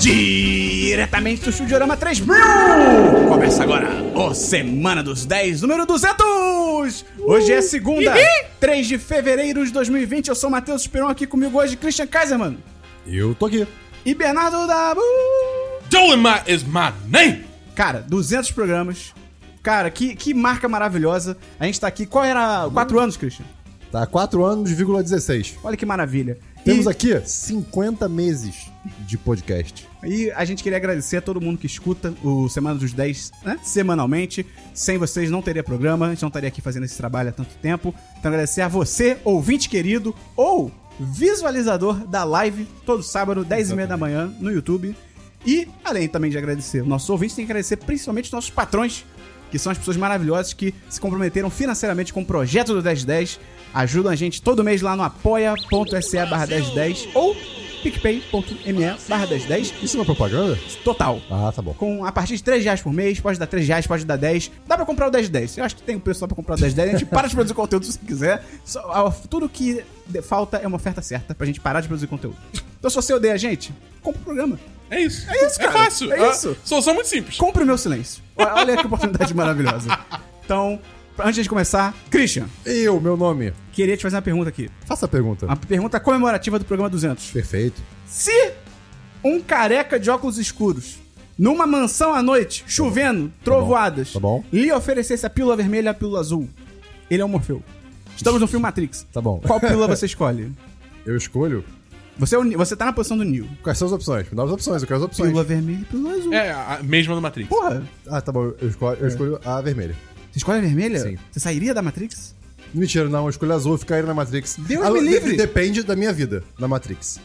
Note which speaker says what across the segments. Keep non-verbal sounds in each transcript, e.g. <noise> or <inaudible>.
Speaker 1: Diretamente do Chudiorama 3000! Começa agora o Semana dos 10, número 200! Hoje é segunda, 3 de fevereiro de 2020. Eu sou o Matheus Esperon, aqui comigo hoje Christian Kaiserman
Speaker 2: Eu tô aqui.
Speaker 1: e Bernardo Dabu.
Speaker 3: Doing my is my name.
Speaker 1: Cara, 200 programas. Cara, que, que marca maravilhosa. A gente tá aqui, qual era?
Speaker 2: Uhum.
Speaker 1: 4 anos, Christian?
Speaker 2: Tá 4 anos, vírgula 16.
Speaker 1: Olha que maravilha.
Speaker 2: Temos
Speaker 1: E-
Speaker 2: aqui 50 meses de podcast.
Speaker 1: E a gente queria agradecer a todo mundo que escuta o Semana dos 10 né, semanalmente. Sem vocês não teria programa, a gente não estaria aqui fazendo esse trabalho há tanto tempo. Então agradecer a você, ouvinte querido, ou visualizador da live, todo sábado, 10h30 da manhã, no YouTube. E, além também de agradecer o nosso ouvinte, tem que agradecer principalmente os nossos patrões, que são as pessoas maravilhosas que se comprometeram financeiramente com o projeto do 1010. Ajudam a gente todo mês lá no apoia.se barra 1010 ou picpay.me barra 1010
Speaker 2: Isso não é propaganda?
Speaker 1: total.
Speaker 2: Ah, tá bom.
Speaker 1: Com a partir de 3 reais por mês, pode dar 3 reais, pode dar 10. Dá pra comprar o 10 10. Eu acho que tem um preço só pra comprar o 10 10. A gente para de produzir conteúdo se quiser. Só- a- tudo que de- falta é uma oferta certa pra gente parar de produzir conteúdo. Então se você odeia a gente, compra o programa.
Speaker 3: É isso. É
Speaker 1: isso,
Speaker 3: É
Speaker 1: cara.
Speaker 3: fácil.
Speaker 1: É
Speaker 3: Ah,
Speaker 1: isso.
Speaker 3: Solução muito simples.
Speaker 1: Compre o meu silêncio. Olha olha que oportunidade <laughs> maravilhosa. Então, antes de começar, Christian,
Speaker 2: Eu, meu nome.
Speaker 1: queria te fazer uma pergunta aqui.
Speaker 2: Faça a pergunta.
Speaker 1: Uma pergunta comemorativa do programa 200.
Speaker 2: Perfeito.
Speaker 1: Se um careca de óculos escuros, numa mansão à noite, chovendo, trovoadas,
Speaker 2: tá bom.
Speaker 1: lhe oferecesse a pílula vermelha e a pílula azul, ele é um Morfeu. Estamos no filme Matrix.
Speaker 2: Tá bom.
Speaker 1: Qual pílula você escolhe?
Speaker 2: Eu escolho.
Speaker 1: Você, é o Neo- você tá na posição do Neo.
Speaker 2: Quais são as opções? Me dá as opções, eu quero as opções.
Speaker 1: Pílula vermelha e pílula azul.
Speaker 3: É a a mesma do Matrix.
Speaker 1: Porra,
Speaker 2: Ah, tá bom. Eu escolho, eu escolho a vermelha.
Speaker 1: você escolhe a vermelha?
Speaker 2: Sim.
Speaker 1: Você sairia da Matrix?
Speaker 2: Mentira, não. Eu escolho a azul, eu ficaria na Matrix.
Speaker 1: Deus
Speaker 2: Ah,
Speaker 1: me
Speaker 2: de-
Speaker 1: livre.
Speaker 2: Depende da minha vida na Matrix.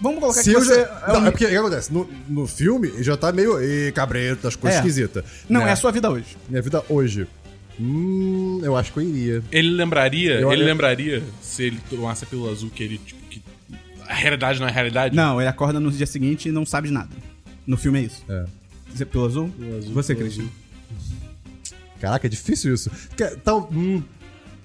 Speaker 1: Vamos colocar
Speaker 2: Se
Speaker 1: que
Speaker 2: eu
Speaker 1: você...
Speaker 2: já...
Speaker 1: é, o-
Speaker 2: Não, é porque o que acontece? No, no filme, ele já tá meio e cabreto, as coisas
Speaker 1: É.
Speaker 2: esquisitas.
Speaker 1: Não,
Speaker 2: né?
Speaker 1: é a sua vida hoje.
Speaker 2: Minha vida hoje. Hum, eu acho que eu iria.
Speaker 3: Ele lembraria,
Speaker 2: Eu-
Speaker 3: ele
Speaker 2: eu-
Speaker 3: lembraria se ele tomasse a pílula azul que ele, tipo, que a realidade não é realidade.
Speaker 1: Não, ele acorda no dia seguinte e não sabe de nada. No filme é isso.
Speaker 2: É.
Speaker 1: Você é pílula azul? você, Christian.
Speaker 2: Caraca, é difícil isso. Que- tal- hum,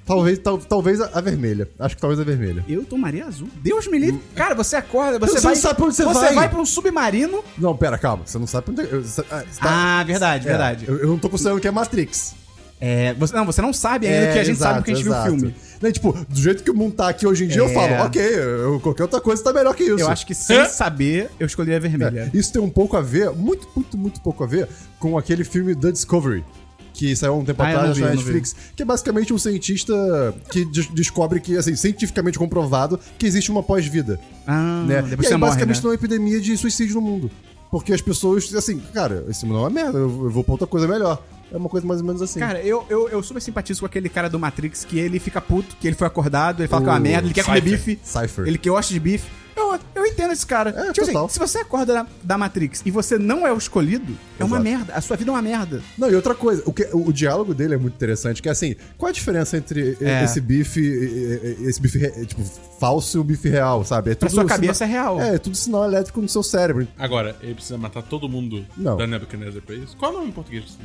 Speaker 2: talvez tal- talvez a, a vermelha. Acho que talvez a vermelha.
Speaker 1: Eu tomaria azul. Deus me livre. Cara, você acorda, você,
Speaker 2: Você
Speaker 1: vai.
Speaker 2: não sabe pra onde você
Speaker 1: você
Speaker 2: vai.
Speaker 1: pra um submarino.
Speaker 2: Não, pera, calma. Você não sabe onde é. eu- você- ah, você tá-
Speaker 1: Ah, verdade,
Speaker 2: é,
Speaker 1: verdade.
Speaker 2: Eu, eu não tô considerando que é Matrix.
Speaker 1: É, você, não, você não sabe ainda É que a gente
Speaker 2: É,
Speaker 1: sabe porque a gente viu o filme.
Speaker 2: Né, tipo, do jeito que o mundo tá aqui hoje em dia, eu
Speaker 1: É.
Speaker 2: falo, ok, eu- qualquer outra coisa tá melhor que isso.
Speaker 1: Eu acho que é. sem
Speaker 3: Hã?
Speaker 1: saber, eu escolheria a vermelha.
Speaker 2: Isso tem um pouco a ver, muito, muito, muito pouco a ver, com aquele filme The Discovery, que saiu há um tempo
Speaker 1: Ah, eu não
Speaker 2: atrás
Speaker 1: vi,
Speaker 2: na
Speaker 1: eu não
Speaker 2: Netflix, que é basicamente um cientista que des- descobre que, assim, cientificamente comprovado, que existe uma pós-vida.
Speaker 1: Ah,
Speaker 2: né?
Speaker 1: depois
Speaker 2: e
Speaker 1: você
Speaker 2: aí,
Speaker 1: morre,
Speaker 2: basicamente,
Speaker 1: né?
Speaker 2: não é uma epidemia de suicídio no mundo. Porque as pessoas, assim, cara, esse mundo é uma merda, eu eu vou pra outra coisa melhor. É uma coisa mais ou menos assim.
Speaker 1: Cara, eu, eu, eu super simpatizo com aquele cara do Matrix que ele fica puto, que ele foi acordado, ele fala que é uma
Speaker 2: O
Speaker 1: merda, ele quer comer
Speaker 3: Cypher.
Speaker 1: bife,
Speaker 2: Cypher.
Speaker 1: ele que gosta de bife. Eu, eu entendo esse cara.
Speaker 2: É,
Speaker 1: tipo assim,
Speaker 2: total.
Speaker 1: se você acorda da, da Matrix e você não é o escolhido, é uma
Speaker 2: Exato.
Speaker 1: merda. A sua vida é uma merda.
Speaker 2: Não, e outra coisa, o, que- o diálogo dele é muito interessante, que é assim, qual a diferença entre e-
Speaker 1: É.
Speaker 2: esse bife, e- e- esse bife, re- tipo, falso e o bife real, sabe? É
Speaker 1: Pra sua cabeça é real.
Speaker 2: É, é tudo sinal elétrico no seu cérebro.
Speaker 3: Agora, ele precisa matar todo mundo
Speaker 2: Não.
Speaker 3: da Nebuchadnezzar pra isso? Qual é o nome em português? disso?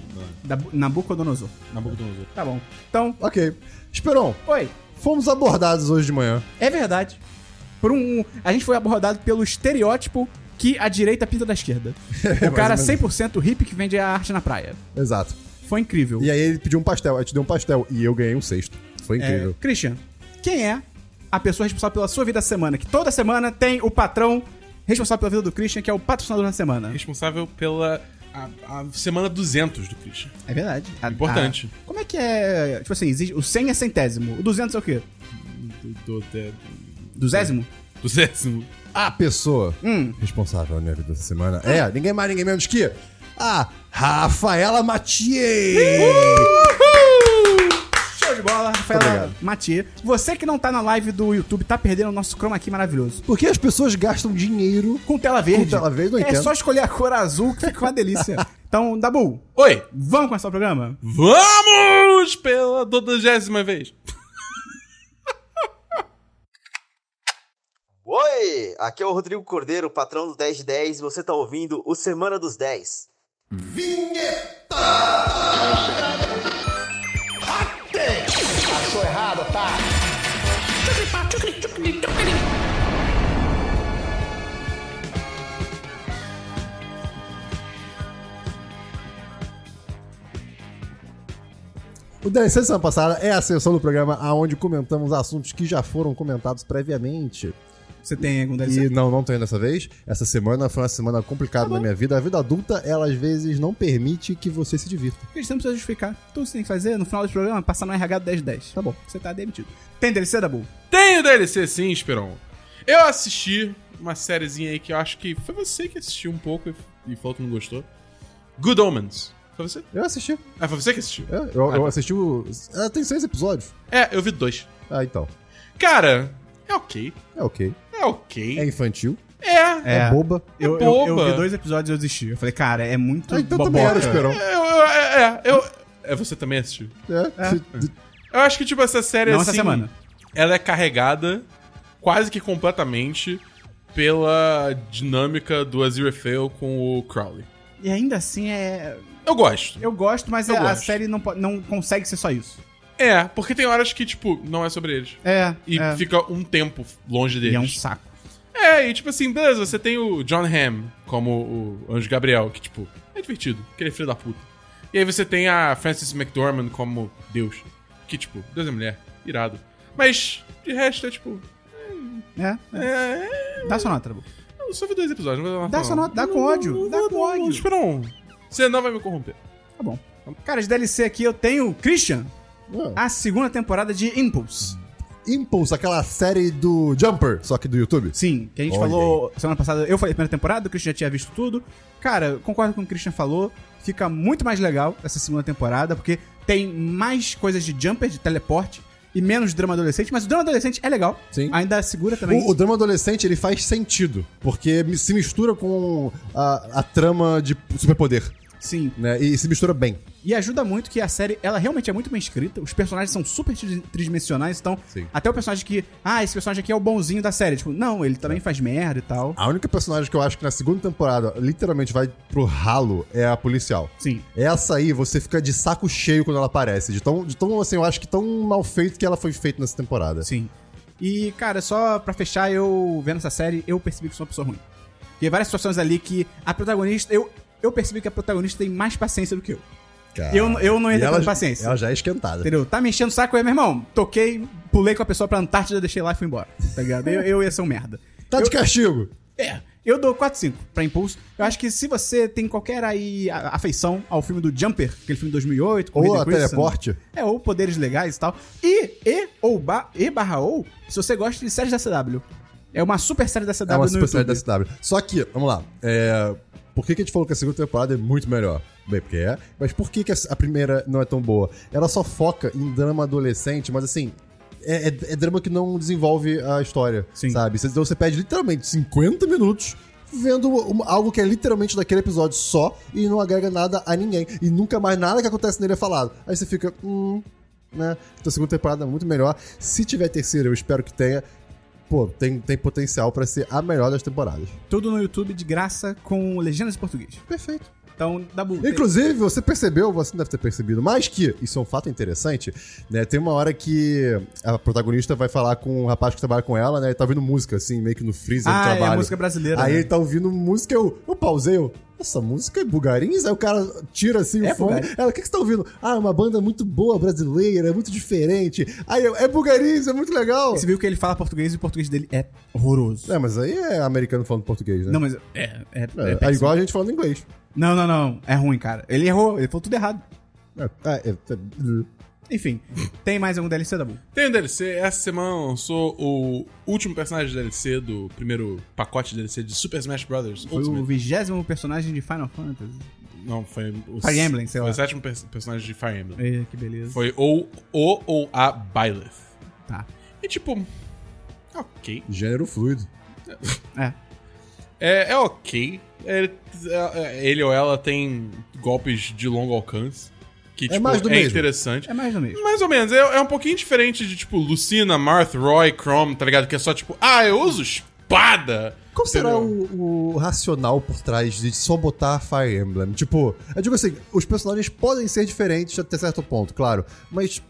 Speaker 3: Na-
Speaker 1: Da, Nabucodonosor.
Speaker 3: Na boca do Nazor.
Speaker 1: Tá bom. Então,
Speaker 2: Ok. Esperon,
Speaker 1: oi.
Speaker 2: fomos abordados hoje de manhã.
Speaker 1: É verdade. Por um, um- a gente foi abordado pelo estereótipo que a direita pinta da <laughs> esquerda. O cara 100% hippie que vende a arte na praia.
Speaker 2: Exato.
Speaker 1: Foi incrível.
Speaker 2: E aí ele pediu um pastel, aí te deu um pastel, e eu ganhei um sexto. Foi
Speaker 1: É,
Speaker 2: incrível.
Speaker 1: Christian, quem é a pessoa responsável pela sua vida da semana? Que toda semana tem o patrão responsável pela vida do Christian, que é o patrocinador da semana.
Speaker 3: Responsável pela a, a semana 200 do Christian.
Speaker 1: É verdade. A-
Speaker 3: Importante.
Speaker 1: a- como é que é... Tipo assim, exige- o 100 é centésimo. O 200 é o quê?
Speaker 3: Do, do, do,
Speaker 1: Duzésimo?
Speaker 3: do décimo.
Speaker 2: A pessoa
Speaker 1: Hum.
Speaker 2: responsável na minha vida dessa semana é ninguém mais, ninguém menos que a Rafaela Matiei.
Speaker 1: Show de bola, Rafaela Matier. Você que não tá na live do YouTube, tá perdendo o nosso chroma aqui maravilhoso.
Speaker 2: Porque as pessoas gastam dinheiro
Speaker 1: Com tela verde.
Speaker 2: Com tela verde, não
Speaker 1: É
Speaker 2: entendo.
Speaker 1: só escolher a cor azul que fica uma
Speaker 2: <laughs>
Speaker 1: delícia. então, Dabu,
Speaker 3: Oi!
Speaker 1: vamos começar o programa?
Speaker 3: Vamos pela dodagésima vez.
Speaker 4: Oi, aqui é o Rodrigo Cordeiro, patrão do 10 de 10, e você está ouvindo o Semana dos 10.
Speaker 2: O DLC da semana passada é a sessão do programa aonde comentamos assuntos que já foram comentados previamente.
Speaker 1: Você tem algum DLC?
Speaker 2: E não, não tenho dessa vez. Essa semana foi uma semana complicada na minha vida. A vida adulta, ela às vezes não permite que você se divirta.
Speaker 1: Porque você não precisa justificar. Tudo que você tem que fazer no final do programa é passar no RH do 1010. Tá bom. Você tá demitido. Tem DLC, Dabu?
Speaker 3: Tem o DLC sim, Esperon. Eu assisti uma sériezinha aí que eu acho que foi você que assistiu um pouco e- e falou que não gostou. Good Omens. Foi você?
Speaker 2: Eu assisti.
Speaker 3: Ah, foi você que assistiu.
Speaker 2: Eu, eu- eu assisti o... Ah, tem seis episódios.
Speaker 3: É, eu vi dois.
Speaker 2: Ah, então.
Speaker 3: Cara, é ok.
Speaker 2: É ok.
Speaker 3: É
Speaker 2: É
Speaker 3: ok.
Speaker 2: infantil.
Speaker 3: É.
Speaker 2: É, boba.
Speaker 1: Eu,
Speaker 3: É
Speaker 1: eu, eu
Speaker 3: boba.
Speaker 1: vi dois episódios e eu desisti. Eu falei, cara, é muito
Speaker 2: Ah, então
Speaker 1: boboca.
Speaker 2: também era Esperão.
Speaker 3: É, eu- é, é, eu- é, você também assistiu.
Speaker 2: É.
Speaker 3: Eu acho que, tipo, essa série,
Speaker 1: Não
Speaker 3: assim...
Speaker 1: essa semana.
Speaker 3: Ela é carregada quase que completamente pela dinâmica do Azir Fail com o Crowley.
Speaker 1: E ainda assim é.
Speaker 3: Eu gosto.
Speaker 1: Eu gosto, mas
Speaker 3: Eu
Speaker 1: a
Speaker 3: gosto.
Speaker 1: série não, po- não consegue ser só isso.
Speaker 3: É, porque tem horas que, tipo, não é sobre eles.
Speaker 1: É.
Speaker 3: E
Speaker 1: é.
Speaker 3: fica um tempo longe
Speaker 1: E é um
Speaker 3: deles.
Speaker 1: saco.
Speaker 3: É, e tipo assim, beleza, você tem o John Hamm como o Anjo Gabriel, que, tipo, é divertido, que ele é filho da puta. E aí você tem a Frances McDormand como Deus, que, tipo, Deus é mulher, irado. Mas, de resto, é tipo...
Speaker 1: É.
Speaker 3: É,
Speaker 1: Dá sua nota, Dabu.
Speaker 3: eu só vi dois episódios, não vou dar uma
Speaker 1: Dá sua nota, dá com ódio. Dá com ódio.
Speaker 3: Espera um. Você não vai me corromper.
Speaker 1: Tá bom. Cara, de DLC aqui eu tenho Christian,
Speaker 2: Ah.
Speaker 1: a segunda temporada de Impulse.
Speaker 2: Impulse, aquela série do Jumper, só que do YouTube.
Speaker 1: Sim, que a gente
Speaker 2: Olha
Speaker 1: falou semana passada, eu falei primeira temporada, o Christian já tinha visto tudo. Cara, concordo com o que o Christian falou, fica muito mais legal essa segunda temporada, porque tem mais coisas de jumper, de teleporte, e menos drama adolescente, mas o drama adolescente é legal.
Speaker 2: Sim.
Speaker 1: Ainda segura também.
Speaker 2: O, o drama adolescente, ele faz sentido, porque mi- se mistura com a, a trama de superpoder,
Speaker 1: Sim.
Speaker 2: né? E se mistura bem.
Speaker 1: E ajuda muito que a série, ela realmente é muito bem escrita, os personagens são super tri- tridimensionais, então
Speaker 2: Sim.
Speaker 1: até o personagem que, ah, esse personagem aqui é o bonzinho da série, tipo, não, ele também faz merda e tal.
Speaker 2: A única personagem que eu acho que na segunda temporada literalmente vai pro ralo é a policial.
Speaker 1: Sim.
Speaker 2: Essa aí você fica de saco cheio quando ela aparece. De tão, de tão assim, eu acho que tão mal feito que ela foi feita nessa temporada.
Speaker 1: Sim. E, cara, só pra fechar, eu vendo essa série, eu percebi que sou uma pessoa ruim. Tem várias situações ali que a protagonista. Eu, eu percebi que a protagonista tem mais paciência do que eu.
Speaker 2: Cara,
Speaker 1: Eu, eu não ia
Speaker 2: e
Speaker 1: ter
Speaker 2: ela,
Speaker 1: tanta paciência.
Speaker 2: ela já é esquentada.
Speaker 1: Entendeu? Tá me enchendo o saco, eu, meu irmão. Toquei, pulei com a pessoa pra Antártida, deixei lá e fui embora. Tá ligado? Eu, eu ia ser um merda.
Speaker 2: Tá de castigo.
Speaker 1: É. Eu dou 4-5 pra Impulso. Eu acho que se você tem qualquer aí a- afeição ao filme do Jumper, aquele filme de 2008, com
Speaker 2: Ou
Speaker 1: Hayden
Speaker 2: a
Speaker 1: Christensen,
Speaker 2: teleporte.
Speaker 1: É, ou poderes legais e tal. E, e, ou, ba, e barra ou, se você gosta de séries da CW. É uma super série da CW
Speaker 2: É uma
Speaker 1: no
Speaker 2: super série da
Speaker 1: YouTube.
Speaker 2: CW. Só que, vamos lá. é, Por que, que a gente falou que a segunda temporada é muito melhor? Bem, porque é. Mas por que, que a- a primeira não é tão boa? Ela só foca em drama adolescente, mas assim. É, é- é drama que não desenvolve a história,
Speaker 1: Sim.
Speaker 2: sabe? Cê- Então você perde literalmente 50 minutos vendo uma- algo que é literalmente daquele episódio só e não agrega nada a ninguém. E nunca mais nada que acontece nele é falado. Aí você fica, hum, né? Então a segunda temporada é muito melhor. Se tiver terceira, eu espero que tenha. Pô, tem, tem potencial pra ser a melhor das temporadas.
Speaker 1: Tudo no YouTube de graça com legendas em português.
Speaker 2: Perfeito.
Speaker 1: Então, dá bu-
Speaker 2: Inclusive, você percebeu, você não deve ter percebido, mas que, isso é um fato interessante, né? Tem uma hora que a protagonista vai falar com um rapaz que trabalha com ela, né? E tá ouvindo música, assim, meio que no freezer do
Speaker 1: Ah, é
Speaker 2: trabalho.
Speaker 1: a música brasileira.
Speaker 2: Aí
Speaker 1: né?
Speaker 2: ele tá ouvindo música, eu, eu pausei, eu, essa música é bugarins? Aí o cara tira assim
Speaker 1: É
Speaker 2: o fone.
Speaker 1: Bugarins.
Speaker 2: Ela, o que, que você tá ouvindo? Ah, é uma banda muito boa brasileira, é muito diferente. Aí eu, é bugarins, é muito legal.
Speaker 1: Você viu que ele fala português e o português dele é horroroso.
Speaker 2: É, mas aí é americano falando português, né?
Speaker 1: Não, mas. É, é, é,
Speaker 2: É, é,
Speaker 1: péssimo.
Speaker 2: igual a gente falando inglês.
Speaker 1: Não, não, não. É ruim, cara. Ele errou, ele falou tudo errado.
Speaker 2: É, é, é, <laughs>
Speaker 1: Enfim, tem mais algum DLC, Dabu?
Speaker 3: Tem o DLC, essa semana lançou o último personagem do DLC do primeiro pacote de DLC de Super Smash Bros.
Speaker 1: Foi o
Speaker 3: Ultimate.
Speaker 1: vigésimo personagem de Final Fantasy.
Speaker 3: Não, foi o
Speaker 1: Fire Emblem, sei
Speaker 3: foi
Speaker 1: lá.
Speaker 3: o sétimo pers- personagem de Fire Emblem.
Speaker 1: Ei, que beleza.
Speaker 3: Foi ou o ou a Byleth.
Speaker 1: Tá.
Speaker 3: E tipo, ok.
Speaker 2: gênero fluido.
Speaker 1: É.
Speaker 3: É, é ok. É, é, ele ou ela tem golpes de longo alcance, que tipo,
Speaker 2: mais do
Speaker 3: é
Speaker 2: mesmo.
Speaker 3: interessante.
Speaker 1: É mais ou menos.
Speaker 3: Mais ou menos, é, é um pouquinho diferente de tipo Lucina, Marth, Roy, Chrome, tá ligado? Que é só tipo, ah, eu uso espada.
Speaker 2: Qual será
Speaker 3: Entendeu?
Speaker 2: o, o racional por trás de só botar Fire Emblem? Tipo, eu digo assim, os personagens podem ser diferentes até certo ponto, claro, mas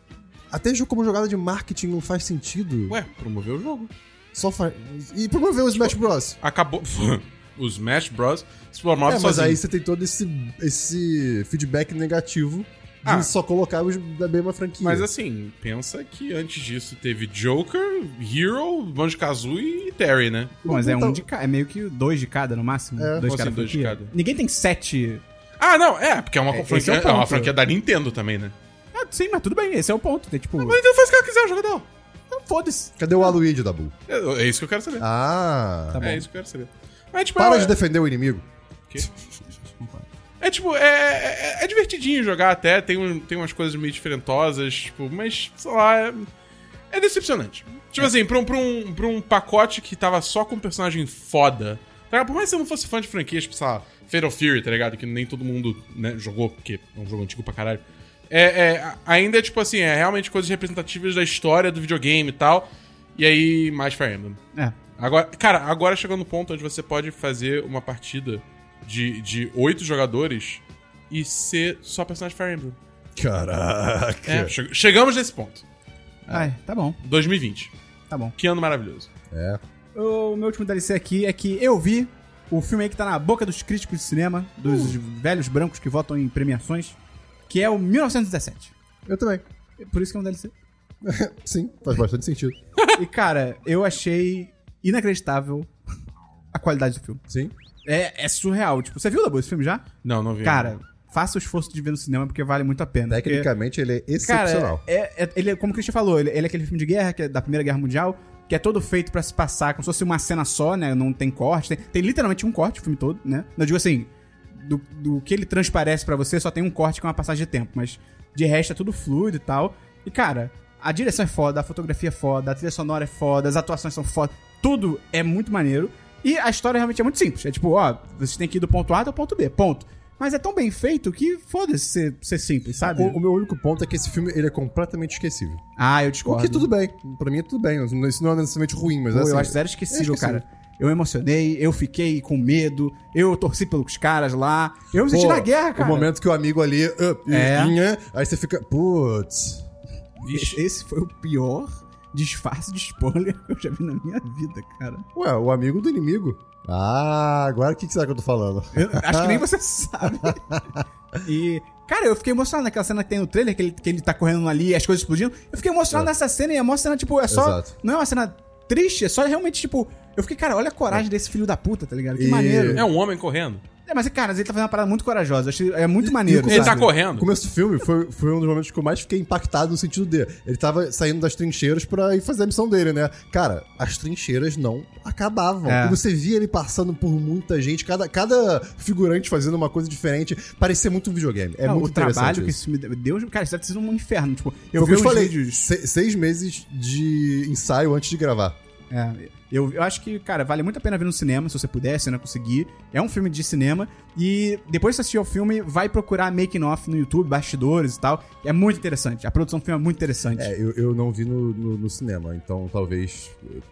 Speaker 2: até jo- como jogada de marketing não faz sentido.
Speaker 3: Ué, Tipo, promoveu o jogo.
Speaker 2: Só Fire... E promover o Smash Bros.
Speaker 3: Acabou. <laughs> o Smash Bros. se
Speaker 2: É,
Speaker 3: formaram
Speaker 2: mas
Speaker 3: sozinho.
Speaker 2: aí você tem todo esse, esse feedback negativo
Speaker 3: Ah.
Speaker 2: de só colocar os da mesma franquia.
Speaker 3: Mas assim, pensa que antes disso teve Joker, Hero, Banjo Kazooie e Terry, né?
Speaker 1: Bom, mas é
Speaker 2: Então-
Speaker 1: um de cada. É meio que dois de cada, no máximo. dois,
Speaker 2: É.
Speaker 3: Como
Speaker 1: de cada
Speaker 3: assim, dois de
Speaker 1: franquia.
Speaker 3: cada?
Speaker 1: Ninguém tem sete.
Speaker 3: Ah, não, é, porque é uma,
Speaker 1: É, esse
Speaker 3: franquia,
Speaker 1: é o
Speaker 3: é uma
Speaker 1: ponto.
Speaker 3: franquia da Nintendo também, né?
Speaker 1: Ah, sim, mas tudo bem, esse é o ponto. Tem, tipo,
Speaker 3: Mas então faz o que ela quiser, joga dela.
Speaker 1: então foda-se.
Speaker 2: Cadê o Aluíde, Dabu?
Speaker 3: É, é isso que eu quero saber.
Speaker 2: Ah.
Speaker 1: Tá bom.
Speaker 3: é isso que eu quero saber. Mas, tipo,
Speaker 2: Para
Speaker 3: é,
Speaker 2: de defender o inimigo.
Speaker 3: é tipo, é, é, é divertidinho jogar até, tem, um, tem umas coisas meio diferentosas, tipo, mas, sei lá, é, é decepcionante. Tipo assim, pra um, pra, um, pra um pacote que tava só com um personagem foda, tá ligado? Por mais que você não fosse fã de franquias, tipo, sei lá, Fatal Fury, tá ligado? Que nem todo mundo né, jogou, porque é um jogo antigo pra caralho. É, é, ainda é tipo assim, é realmente coisas representativas da história do videogame e tal. E aí, mais Fire Emblem.
Speaker 1: É.
Speaker 3: Agora, cara, agora chegou no ponto onde você pode fazer uma partida de, de oito jogadores e ser só personagem Fire Emblem.
Speaker 2: Caraca.
Speaker 3: É, che- chegamos nesse ponto.
Speaker 1: Ai, tá bom,
Speaker 3: 2020.
Speaker 1: tá bom.
Speaker 3: Que ano maravilhoso.
Speaker 2: É.
Speaker 1: O meu último DLC aqui é que eu vi o filme aí que tá na boca dos críticos de cinema, dos velhos brancos que votam em premiações, que é o 1917.
Speaker 2: Eu também.
Speaker 1: É Por isso que é um DLC. <laughs>
Speaker 2: Sim, faz bastante sentido.
Speaker 1: e, cara, eu achei inacreditável a qualidade do filme.
Speaker 2: Sim.
Speaker 1: É, é surreal. Tipo, você viu, Dabu, esse filme já?
Speaker 3: Não, não vi.
Speaker 1: Cara, faça o esforço de ver no cinema porque vale muito a pena. Porque-
Speaker 2: Tecnicamente ele é excepcional.
Speaker 1: Cara, é, é- ele, é- como o Christian falou, ele, ele é aquele filme de guerra, que é da Primeira Guerra Mundial, que é todo feito pra se passar como se fosse uma cena só, né? Não tem corte. Tem, tem literalmente um corte o filme todo, né? Não eu digo assim, do, do que ele transparece pra você, só tem um corte que é uma passagem de tempo, mas de resto é tudo fluido e tal. E, cara, a direção é foda, a fotografia é foda, a trilha sonora é foda, as atuações são foda, tudo é muito maneiro. E a história realmente é muito simples. É tipo, ó, vocês têm que ir do ponto A até o ponto B, ponto. Mas é tão bem feito que foda-se ser, ser simples, sabe?
Speaker 2: O, o meu único ponto é que esse filme ele é completamente esquecível.
Speaker 1: Ah, eu
Speaker 2: O
Speaker 1: discordo.
Speaker 2: que tudo bem. Pra mim é tudo bem. Isso não é necessariamente ruim, mas
Speaker 1: Pô,
Speaker 2: é assim.
Speaker 1: eu acho zero esquecível,
Speaker 2: é esquecível.
Speaker 1: cara. Eu emocionei, eu fiquei com medo, eu torci pelos caras lá. Eu me senti
Speaker 2: Pô,
Speaker 1: na guerra, é cara.
Speaker 2: O momento que o amigo ali. ah,
Speaker 1: É.
Speaker 2: vinha, aí você fica. Putz.
Speaker 1: Esse esse foi o pior disfarce de spoiler <laughs> que eu já vi na minha vida, cara.
Speaker 2: Ué, o amigo do inimigo. Ah, agora o que, que será que eu tô falando?
Speaker 1: Eu acho que nem
Speaker 2: <laughs>
Speaker 1: você sabe. E, cara, eu fiquei emocionado naquela cena que tem no trailer, que ele, que ele tá correndo ali e as coisas explodindo. Eu fiquei emocionado nessa cena e a maior cena, tipo, é só.
Speaker 2: É. Exato.
Speaker 1: Não é uma cena triste, é só realmente, tipo. Eu fiquei, cara, olha a
Speaker 2: É.
Speaker 1: coragem desse filho da puta, tá ligado? Que
Speaker 2: E-
Speaker 1: maneiro.
Speaker 3: É um homem correndo.
Speaker 1: É, mas, cara, ele tá fazendo uma parada muito corajosa. Eu achei- É muito maneiro.
Speaker 3: Ele tá
Speaker 1: sabe? é
Speaker 2: O
Speaker 3: correndo.
Speaker 2: começo do filme foi, foi um dos momentos que eu mais fiquei impactado no sentido de. Ele tava saindo das trincheiras pra ir fazer a missão dele, né? Cara, as trincheiras não acabavam.
Speaker 1: É.
Speaker 2: E você via ele passando por muita gente, cada, cada figurante fazendo uma coisa diferente. Parecia muito um videogame. É
Speaker 1: Não,
Speaker 2: muito
Speaker 1: o trabalho
Speaker 2: interessante.
Speaker 1: que
Speaker 2: isso.
Speaker 1: isso me deu. Deus, cara, isso deve ter sido um inferno. Tipo, eu
Speaker 2: Foi
Speaker 1: vi
Speaker 2: o que
Speaker 1: os
Speaker 2: eu falei,
Speaker 1: vídeos.
Speaker 2: se- seis meses de ensaio antes de gravar.
Speaker 1: É, eu, eu acho que, cara, vale muito a pena ver no cinema, se você puder, se não conseguir. É um filme de cinema. E depois que você assistir ao filme, vai procurar making off no YouTube, bastidores e tal. É muito interessante. A produção do filme é muito interessante.
Speaker 2: É, eu, eu não vi no, no- no cinema, então talvez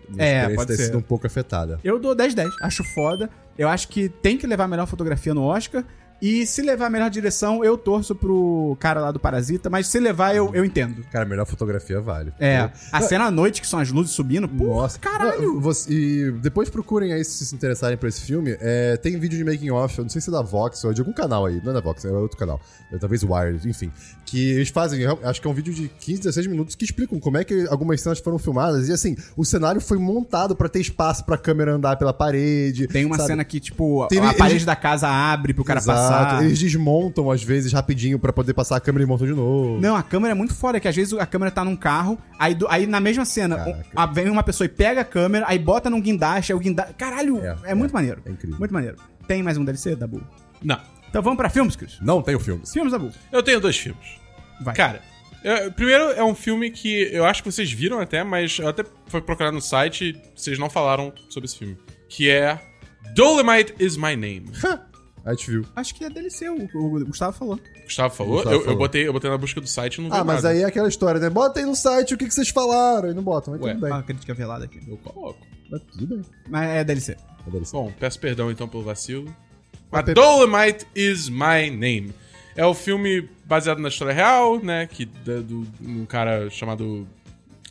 Speaker 2: minha
Speaker 1: É,
Speaker 2: experiência
Speaker 1: pode
Speaker 2: tenha
Speaker 1: ser.
Speaker 2: sido um pouco afetada.
Speaker 1: Eu dou 10-10. Acho foda. Eu acho que tem que levar a melhor fotografia no Oscar. E se levar a melhor direção, eu torço pro cara lá do Parasita. Mas se levar, eu, eu entendo.
Speaker 2: Cara, a melhor fotografia vale.
Speaker 1: É. A cena à noite, que são as luzes subindo. Pô,
Speaker 2: Nossa,
Speaker 1: caralho!
Speaker 2: Não, você- e depois procurem aí se se interessarem por esse filme. É, tem vídeo de making off, eu não sei se é da Vox ou é de algum canal aí. Não é da Vox, é outro canal. É, talvez Wired, enfim. Que eles fazem, eu acho que é um vídeo de 15, 16 minutos que explicam como é que algumas cenas foram filmadas. E assim, o cenário foi montado pra ter espaço pra câmera andar pela parede.
Speaker 1: Tem uma
Speaker 2: sabe?
Speaker 1: cena que, tipo, a-
Speaker 2: Teve-
Speaker 1: a parede
Speaker 2: eles-
Speaker 1: da casa abre pro cara
Speaker 2: Exato.
Speaker 1: passar.
Speaker 2: Eles desmontam às vezes rapidinho pra poder passar a câmera e montam de novo.
Speaker 1: Não, a câmera é muito foda, que às vezes a câmera tá num carro, aí, do- aí na mesma cena
Speaker 2: Caraca.
Speaker 1: o- a- vem uma pessoa e pega a câmera, aí bota num guindaste, aí o guindaste... Caralho, é,
Speaker 2: É, é.
Speaker 1: muito maneiro.
Speaker 2: É incrível.
Speaker 1: Muito maneiro. Tem mais um DLC, Dabu?
Speaker 3: Não.
Speaker 1: Então vamos pra filmes, Cris?
Speaker 2: Não tem o filme.
Speaker 1: Filmes, Dabu.
Speaker 3: Eu tenho dois filmes.
Speaker 1: Vai.
Speaker 3: Cara, eu- primeiro é um filme que eu acho que vocês viram até, mas eu até fui procurar no site e vocês não falaram sobre esse filme. Que é Dolomite is My Name.
Speaker 2: A gente viu.
Speaker 1: Acho que é DLC, o, o Gustavo falou.
Speaker 3: Gustavo falou?
Speaker 2: Gustavo
Speaker 3: eu, eu
Speaker 2: falou.
Speaker 3: botei, eu botei na busca do site e não vi
Speaker 2: Ah, mas
Speaker 3: nada.
Speaker 2: aí é aquela história, né? Bota aí no site o que, que vocês falaram. E não botam, mas
Speaker 3: Ué.
Speaker 2: tudo
Speaker 1: Ah,
Speaker 2: bem.
Speaker 1: a crítica velada aqui.
Speaker 3: Eu coloco.
Speaker 2: Mas tudo bem.
Speaker 1: Mas é DLC.
Speaker 3: Bom, peço perdão então pelo vacilo.
Speaker 2: Mas
Speaker 3: Mas
Speaker 2: pe-
Speaker 3: Dolomite is My Name. É o filme baseado na história real, né? Que da- do, um cara chamado.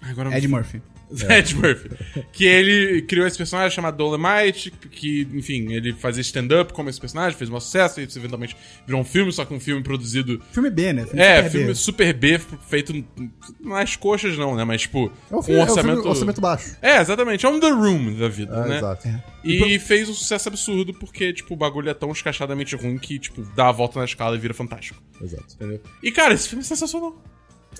Speaker 3: Agora eu-
Speaker 1: Ed Murphy.
Speaker 3: <laughs> Ed Murphy. Que ele criou esse personagem chamado Dolemite, que, enfim, ele fazia stand-up como esse personagem, fez um maior sucesso, e isso eventualmente virou um filme, só que um filme produzido.
Speaker 1: Filme B, né?
Speaker 3: É,
Speaker 1: super B.
Speaker 3: filme Super B feito nas coxas, não, né? Mas, tipo,
Speaker 2: É um filme,
Speaker 3: um
Speaker 2: é um filme-
Speaker 3: orçamento.
Speaker 2: orçamento
Speaker 1: né?
Speaker 2: baixo.
Speaker 3: É, exatamente. É um The Room da vida,
Speaker 2: É,
Speaker 3: né?
Speaker 2: Exato.
Speaker 3: E fez um sucesso absurdo porque, tipo, o bagulho é tão escachadamente ruim que, tipo, dá a volta na escala e vira fantástico.
Speaker 2: Exato.
Speaker 3: Entendeu? E, cara, esse filme é sensacional.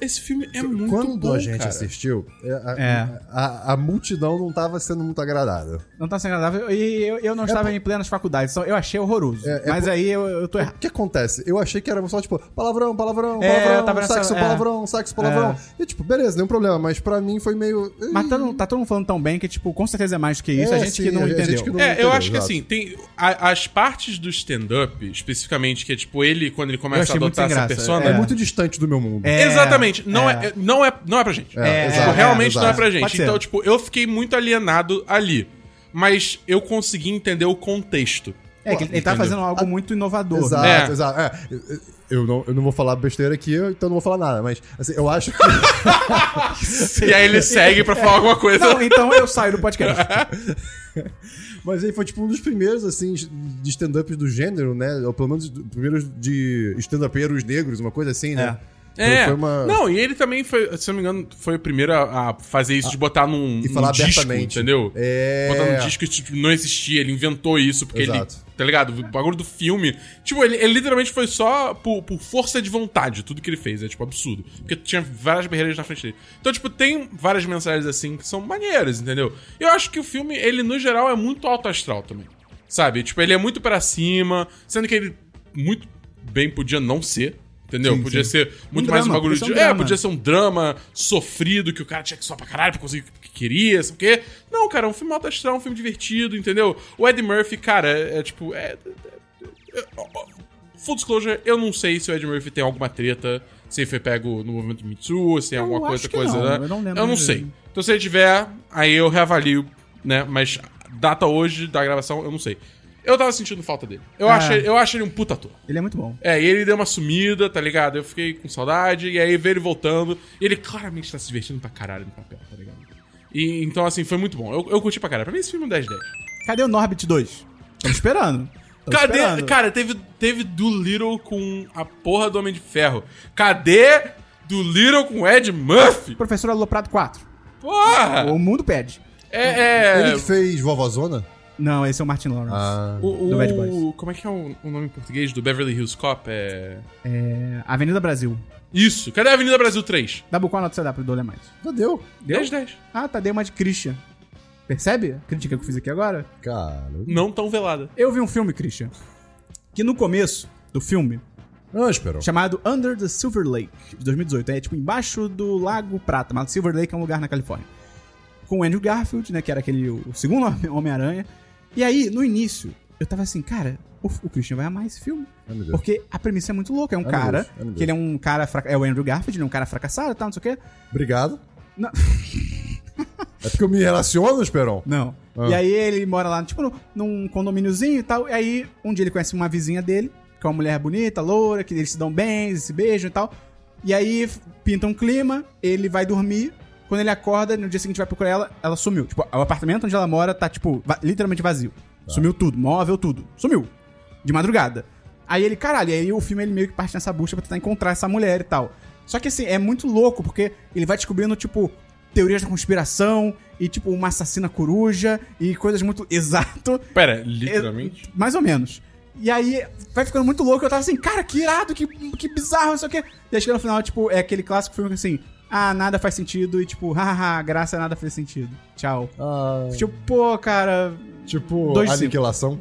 Speaker 3: Esse filme é muito
Speaker 2: Quando
Speaker 3: bom,
Speaker 2: a gente
Speaker 3: cara.
Speaker 2: assistiu, a, a-
Speaker 1: É.
Speaker 2: a- a multidão não tava sendo muito agradável.
Speaker 1: Não tá sendo agradável. E eu, eu não estava em plenas faculdades, só eu achei horroroso.
Speaker 2: É, é
Speaker 1: Mas aí eu, eu tô errado.
Speaker 2: O que acontece? Eu achei que era só, tipo, palavrão, palavrão,
Speaker 1: É, eu
Speaker 2: palavrão,
Speaker 1: tava nessa-
Speaker 2: sexo,
Speaker 1: é.
Speaker 2: palavrão, sexo, palavrão. E, tipo, beleza, nenhum problema, mas pra mim foi meio...
Speaker 1: Mas tá, no- tá todo mundo falando tão bem que, tipo, com certeza é mais do que isso.
Speaker 2: É,
Speaker 1: a gente
Speaker 2: sim,
Speaker 1: que não
Speaker 2: a gente
Speaker 1: entendeu.
Speaker 2: que não-
Speaker 3: É, eu
Speaker 2: entendeu,
Speaker 3: acho que
Speaker 2: exato.
Speaker 3: assim, tem a- as partes do stand-up, especificamente, que é tipo ele, quando ele
Speaker 1: Eu
Speaker 3: começa a
Speaker 1: achei muito
Speaker 3: adotar
Speaker 1: sem
Speaker 3: essa
Speaker 1: graça,
Speaker 3: persona.
Speaker 2: É muito distante do meu mundo.
Speaker 1: É,
Speaker 3: Exatamente, não é. não, é, não é pra gente.
Speaker 1: É,
Speaker 3: Tipo,
Speaker 1: é,
Speaker 3: realmente não é pra
Speaker 1: Pode
Speaker 3: gente.
Speaker 1: ser.
Speaker 3: Então, tipo, eu fiquei muito alienado ali. Mas eu consegui entender o contexto.
Speaker 1: É, que ele, ele tá
Speaker 3: Entendeu?
Speaker 1: fazendo algo muito inovador.
Speaker 2: Exato,
Speaker 1: né?
Speaker 3: É.
Speaker 2: exato. É, eu, não, eu não vou falar besteira aqui, então não vou falar nada, mas assim, eu acho que.
Speaker 3: E aí ele segue pra falar alguma coisa.
Speaker 1: Não, então eu saio do podcast. <laughs>
Speaker 2: mas ele foi tipo um dos primeiros, assim, de stand-ups do gênero, né? Ou pelo menos do- primeiros de stand-upeiros negros, uma coisa assim, né?
Speaker 3: É.
Speaker 2: Foi uma-
Speaker 3: Não, e ele também foi, se eu não me engano, foi o primeiro a, a fazer isso de botar num,
Speaker 2: Ah, E falar
Speaker 3: num disco,
Speaker 2: abertamente.
Speaker 3: entendeu?
Speaker 2: É.
Speaker 3: Botar num disco que tipo, não existia, ele inventou isso, porque
Speaker 2: Exato.
Speaker 3: ele. Tá ligado? O bagulho do filme. Tipo, ele, ele literalmente foi só por, por força de vontade, tudo que ele fez. É tipo absurdo. Porque tinha várias barreiras na frente dele. Então, tipo, tem várias mensagens assim que são maneiras, entendeu? Eu acho que o filme, ele, no geral, é muito alto astral também. Sabe? Tipo, ele é muito pra cima, sendo que ele muito bem podia não ser. Entendeu?
Speaker 1: Sim,
Speaker 3: podia
Speaker 1: sim.
Speaker 3: ser muito
Speaker 1: Um
Speaker 3: mais um
Speaker 1: drama,
Speaker 3: bagulho
Speaker 1: podia
Speaker 3: de.
Speaker 1: ser um
Speaker 3: é,
Speaker 1: drama.
Speaker 3: podia ser um drama sofrido que o cara tinha que suar pra caralho pra conseguir o que queria, sabe o quê? Não, cara, é um filme alto astral, um filme divertido, entendeu? O Ed Murphy, cara, é, é tipo. É, é- é- full disclosure, eu não sei se o Ed Murphy tem alguma treta, se ele foi pego no movimento Me Too, se é
Speaker 1: Eu
Speaker 3: alguma
Speaker 1: acho
Speaker 3: coisa,
Speaker 1: que
Speaker 3: coisa.
Speaker 1: não,
Speaker 3: né?
Speaker 1: eu não lembro
Speaker 3: Eu não
Speaker 1: de-
Speaker 3: sei. Então se ele tiver, aí eu reavalio, né? Mas data hoje da gravação, eu não sei. Eu tava sentindo falta dele. Eu,
Speaker 1: Ah.
Speaker 3: acho, ele- eu acho ele um puta ator.
Speaker 1: Ele é muito bom.
Speaker 3: É, e ele deu uma sumida, tá ligado? Eu fiquei com saudade, e aí veio ele voltando. E ele claramente tá se divertindo pra caralho no papel, tá ligado? E, então, assim, foi muito bom. Eu, eu curti pra caralho. Pra mim, esse filme é um 10 10.
Speaker 1: Cadê o Norbit 2? Estamos esperando. Tamo
Speaker 3: Cadê?
Speaker 1: esperando.
Speaker 3: Cara, teve, teve do Little com a porra do Homem de Ferro. Cadê do Little com Ed Murphy?
Speaker 1: Professor Aloprado 4.
Speaker 3: Porra!
Speaker 1: O mundo pede.
Speaker 3: É. é...
Speaker 2: Ele que fez Vovozona?
Speaker 1: Não, esse é o Martin Lawrence.
Speaker 2: Ah.
Speaker 3: O, o-
Speaker 1: Do Bad Boys.
Speaker 3: Como é que é o, o nome em português do Beverly Hills Cop? É.
Speaker 1: É, Avenida Brasil.
Speaker 3: Isso. Cadê a Avenida Brasil 3?
Speaker 1: Dá qual nota você dá pro Dolemite?
Speaker 2: Já deu.
Speaker 3: 10 10.
Speaker 1: Ah, tá, dei uma de Christian. Percebe a crítica que eu fiz aqui agora?
Speaker 2: Cara.
Speaker 3: Não tão velada.
Speaker 1: Eu vi um filme, Christian, que no começo do filme,
Speaker 2: Não, esperou.
Speaker 1: chamado Under the Silver Lake, de 2018, é tipo embaixo do Lago Prata, mas Silver Lake é um lugar na Califórnia. Com o Andrew Garfield, né, que era aquele, o segundo <laughs> Homem- Homem-Aranha. E aí, no início, eu tava assim, cara, o, o Christian vai amar esse filme.
Speaker 2: Ai, meu Deus.
Speaker 1: Porque a premissa é muito louca. É um
Speaker 2: meu
Speaker 1: cara,
Speaker 2: Deus, ai, meu Deus.
Speaker 1: que ele é um cara, fraca- é o Andrew Garfield, ele é um cara fracassado e tal, não sei o quê.
Speaker 2: Obrigado.
Speaker 1: Não.
Speaker 2: <laughs> É porque eu me relaciono, Esperon.
Speaker 1: Não.
Speaker 2: Ah.
Speaker 1: E aí ele mora lá, tipo, num- num condomíniozinho e tal. E aí, um dia ele conhece uma vizinha dele, que é uma mulher bonita, loura, que eles se dão bem, eles se beijam e tal. E aí f- pinta um clima, ele vai dormir. Quando ele acorda, no dia seguinte vai procurar ela, ela sumiu. Tipo, o apartamento onde ela mora tá, tipo, va- literalmente vazio. Sumiu tudo, móvel, tudo. Sumiu. De madrugada. Aí ele, caralho, e aí o filme ele meio que parte nessa busca pra tentar encontrar essa mulher e tal. Só que assim, é muito louco, porque ele vai descobrindo, tipo, teorias da conspiração e, tipo, uma assassina coruja e coisas muito <laughs> exato.
Speaker 3: Pera, literalmente?
Speaker 1: Mais ou menos. E aí vai ficando muito louco. Eu tava assim, cara, que irado, que, que bizarro, não sei o quê. E aí chega no final, tipo, é aquele clássico filme que assim, ah, nada faz sentido e tipo, <laughs> hahaha, graça nada fez sentido. Tchau.
Speaker 2: Ah,
Speaker 1: Tipo, pô, cara,
Speaker 2: tipo,
Speaker 1: Dois
Speaker 2: aniquilação.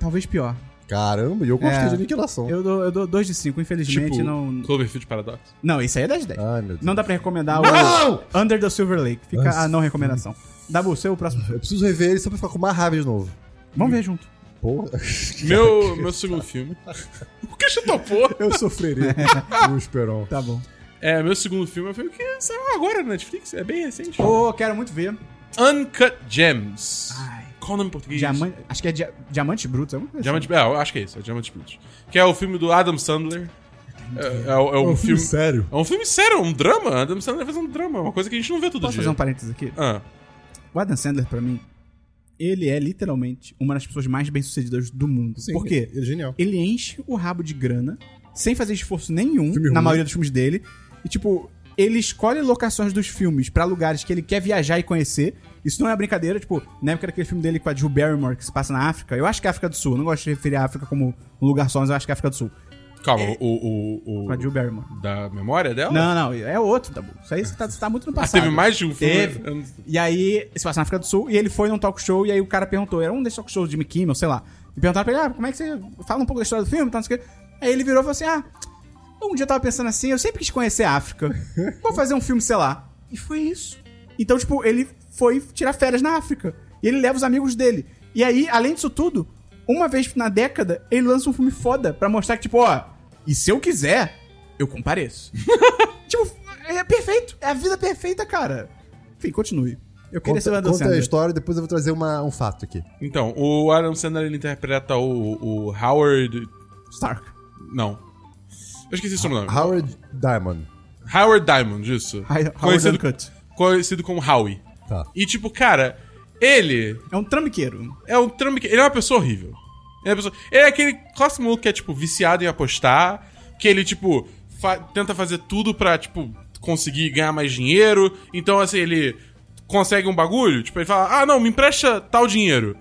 Speaker 1: talvez pior.
Speaker 2: Caramba, e eu gostei
Speaker 1: É.
Speaker 2: de aniquilação.
Speaker 1: Eu dou 2 eu dou dois de 5, infelizmente
Speaker 3: Tipo,
Speaker 1: não.
Speaker 3: Cloverfield Paradox.
Speaker 1: <laughs> Não, isso aí é 10 de 10.
Speaker 2: Ai, meu Deus.
Speaker 1: Não dá pra recomendar
Speaker 2: Não!
Speaker 1: o Under the Silver Lake. Fica
Speaker 2: Nossa.
Speaker 1: a não recomendação. Dabu, seu próximo filme.
Speaker 2: Eu preciso rever ele só pra ficar com mais raiva de novo.
Speaker 1: Vamos ver junto.
Speaker 3: <laughs>
Speaker 2: Porra.
Speaker 3: Meu, meu segundo filme. <laughs> O que você topou? <laughs>
Speaker 2: Eu sofreria com o Esperon.
Speaker 1: Tá bom.
Speaker 3: É, meu segundo filme é um filme que saiu agora na Netflix, é bem recente.
Speaker 1: Ô, quero muito ver.
Speaker 3: Uncut Gems.
Speaker 1: Ai.
Speaker 3: Qual o nome em português? ah,
Speaker 1: Diamante, acho que é dia, Diamantes Brutos. alguma coisa assim.
Speaker 3: Diamante. É, eu acho que é isso, é Diamante Brutos. Que é o filme do Adam Sandler. É, é o- é um filme.
Speaker 2: sério.
Speaker 3: É um filme sério, é um drama. Adam Sandler faz um drama, é uma coisa que a gente não vê todo
Speaker 1: Posso
Speaker 3: dia.
Speaker 1: fazer um parênteses aqui?
Speaker 3: Ah,
Speaker 1: O Adam Sandler, pra mim, ele é literalmente uma das pessoas mais bem-sucedidas do mundo.
Speaker 2: Sim,
Speaker 1: Por quê?
Speaker 2: Ele é genial.
Speaker 1: Ele enche o rabo de grana, sem fazer esforço nenhum,
Speaker 2: Filme
Speaker 1: na
Speaker 2: ruim.
Speaker 1: maioria dos filmes dele. E, tipo, ele escolhe locações dos filmes pra lugares que ele quer viajar e conhecer. Isso não é brincadeira, tipo, na época daquele filme dele com a Jill Barrymore, que se passa na África. Eu acho que é África do Sul. Eu não gosto de referir a África como um lugar só, mas eu acho que é África do Sul.
Speaker 3: calma, o. o, o-
Speaker 1: É. Com a Jill Barrymore.
Speaker 3: Da memória dela?
Speaker 1: Não, não, é outro, Dabu. Isso aí você tá, você tá muito no
Speaker 3: Ah,
Speaker 1: passado.
Speaker 3: teve mais de um filme.
Speaker 1: Teve.
Speaker 3: Eu não-
Speaker 1: E aí, se passa na África do Sul, e ele foi num talk show, e aí o cara perguntou, era um desses talk shows de Jimmy Kimmel, sei lá. E perguntaram pra ele, ah, como é que você fala um pouco da história do filme, e tal, não sei o quê. Aí ele virou e falou assim, ah, um dia eu tava pensando assim, eu sempre quis conhecer a
Speaker 2: <laughs>
Speaker 1: África. Vou fazer um filme, sei lá. E foi isso. Então, tipo, ele foi tirar férias na África. E ele leva os amigos dele. E aí, além disso tudo, uma vez na década, ele lança um filme foda pra mostrar que, tipo, ó, e se eu quiser, eu
Speaker 2: <laughs>
Speaker 1: compareço. tipo, é perfeito. É a vida perfeita, cara. Enfim, continue. Eu queria ser o
Speaker 2: Conta,
Speaker 1: Adam
Speaker 2: conta a
Speaker 1: Sandler.
Speaker 2: história, depois eu vou trazer uma- um fato aqui.
Speaker 3: Então, o Adam Sandler ele interpreta o, o Howard.
Speaker 1: Stark.
Speaker 3: Não. Eu esqueci o sobrenome.
Speaker 2: Howard Diamond.
Speaker 3: Howard Diamond, isso.
Speaker 1: Howard
Speaker 3: conhecido,
Speaker 1: Uncut.
Speaker 3: conhecido como Howie.
Speaker 2: Tá.
Speaker 3: E tipo, cara, ele
Speaker 1: É um trambiqueiro.
Speaker 3: é um trambique. Ele é uma pessoa horrível. Ele é, uma pessoa- ele é aquele clássico maluco que é, tipo, viciado em apostar, que ele, tipo, fa- tenta fazer tudo pra, tipo, conseguir ganhar mais dinheiro. Então, assim, ele consegue um bagulho, tipo, ele fala, ah, não, me empresta tal dinheiro.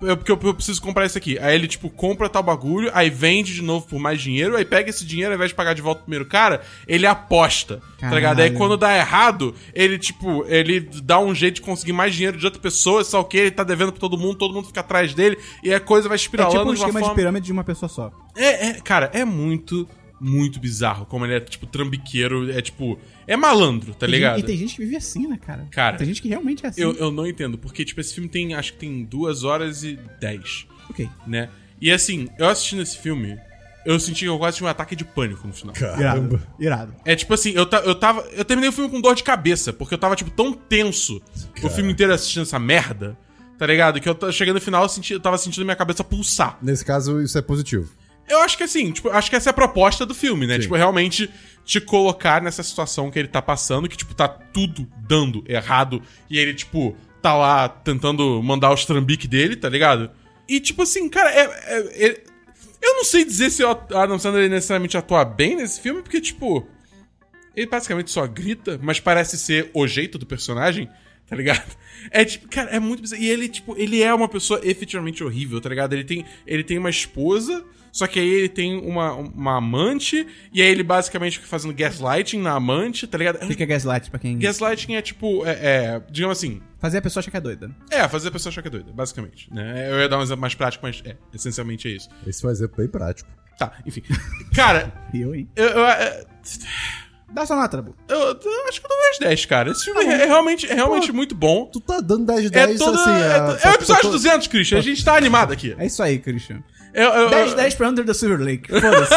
Speaker 3: Eu, porque eu, eu preciso comprar isso aqui. Aí ele, tipo, compra tal bagulho, aí vende de novo por mais dinheiro, aí pega esse dinheiro, ao invés de pagar de volta o primeiro cara, ele aposta. Tá ligado? Aí
Speaker 1: Caralho.
Speaker 3: quando dá errado, ele, tipo, ele dá um jeito de conseguir mais dinheiro de outra pessoa, só que ele tá devendo pra todo mundo, todo mundo fica atrás dele, e a coisa vai
Speaker 1: É
Speaker 3: espiralando
Speaker 1: tipo um
Speaker 3: de uma
Speaker 1: esquema de
Speaker 3: forma...
Speaker 1: pirâmide de uma pessoa só.
Speaker 3: É, é, cara, é muito, muito bizarro como ele é, tipo, trambiqueiro, é, tipo... É malandro, tá
Speaker 1: Tem
Speaker 3: ligado?
Speaker 1: gente- E tem gente que vive assim, né, cara?
Speaker 3: Cara,
Speaker 1: Tem gente que realmente é assim.
Speaker 3: Eu, eu não entendo, porque, tipo, esse filme tem, acho que tem duas horas e dez.
Speaker 1: Ok.
Speaker 3: né? E assim, eu assistindo esse filme, eu senti que eu quase tive um ataque de pânico no final.
Speaker 1: Irado. Irado.
Speaker 3: É tipo assim, eu, ta- eu tava. Eu terminei o filme com dor de cabeça, porque eu tava, tipo, tão tenso o filme inteiro assistindo essa merda, tá ligado? Que eu ta- cheguei no final, eu, senti, eu tava sentindo minha cabeça pulsar.
Speaker 2: Nesse caso, isso é positivo.
Speaker 3: Eu acho que assim, tipo, acho que essa é a proposta do filme, né? Tipo, realmente te colocar nessa situação que ele tá passando, que, tipo, tá tudo dando errado, e ele, tipo, tá lá tentando mandar os trambiques dele, tá ligado? E, tipo assim, cara, é. é- é- eu não sei dizer se o At- Adam Sandler ele necessariamente atua bem nesse filme, porque, tipo. Ele basicamente só grita, mas parece ser o jeito do personagem, tá ligado? <laughs> É tipo, cara, é muito bizarro. E ele, tipo, ele é uma pessoa efetivamente horrível, tá ligado? Ele tem, ele tem uma esposa, só que aí ele tem uma, uma amante, e aí ele basicamente fica fazendo gaslighting na amante, tá ligado? É um-
Speaker 1: O que que é gaslight pra quem...
Speaker 3: Gaslighting é tipo, é, é, digamos assim,
Speaker 1: Fazer a pessoa achar que é doida.
Speaker 3: é, fazer a pessoa achar que é doida, basicamente. Né? Eu ia dar um exemplo mais prático, mas é, essencialmente é isso.
Speaker 2: Esse vai ser bem prático.
Speaker 3: Tá, enfim. Cara,
Speaker 1: E <laughs> eu, hein?
Speaker 3: eu, eu,
Speaker 1: Dá sua nota, Dabu.
Speaker 3: eu, eu acho que eu dou mais 10, cara. Esse filme é realmente, é realmente muito bom.
Speaker 2: Tu tá dando 10 de 10,
Speaker 3: É, toda,
Speaker 2: assim...
Speaker 3: é, to- é o episódio
Speaker 2: tá-
Speaker 3: 200, Christian. A gente tá animado aqui. É,
Speaker 1: É isso aí, Christian.
Speaker 3: Eu, eu-
Speaker 1: 10
Speaker 3: eu-
Speaker 1: 10 pra Under the Silver Lake. Foda-se.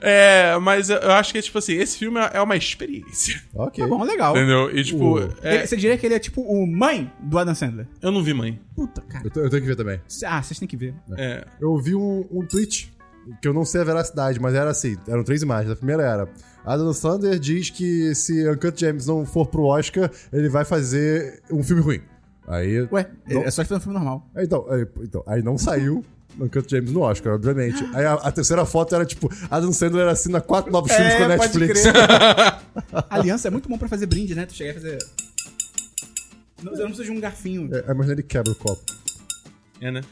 Speaker 3: É, mas eu- eu acho que, tipo assim, esse filme é uma experiência.
Speaker 2: Ok.
Speaker 1: Tá bom, legal.
Speaker 3: Entendeu? E, tipo,
Speaker 2: Uh.
Speaker 3: é-
Speaker 1: Ele- Você diria que ele é tipo o mãe do Adam Sandler?
Speaker 3: eu não vi mãe.
Speaker 1: Puta, cara.
Speaker 2: Eu, te- eu tenho que ver também.
Speaker 1: C- Ah, vocês têm que ver.
Speaker 3: É,
Speaker 2: Eu vi um, um tweet, que eu não sei a veracidade, mas era assim, eram três imagens. A primeira era, Adam Sandler diz que se Uncut James não for pro Oscar, ele vai fazer um filme ruim. Aí...
Speaker 1: Ué,
Speaker 2: Não.
Speaker 1: é- é só ele fazer um filme normal.
Speaker 2: Então, aí, então, aí não saiu... Uncut James no Oscar, obviamente. Aí a, a terceira foto era tipo, Adam Sandler assina quatro
Speaker 1: É,
Speaker 2: novos filmes com a Netflix. <laughs>
Speaker 1: Aliança é muito bom pra fazer brinde, né? Tu chegar e fazer. Não, eu não preciso de um garfinho.
Speaker 2: É, Imagina ele quebra o copo.
Speaker 3: é, né?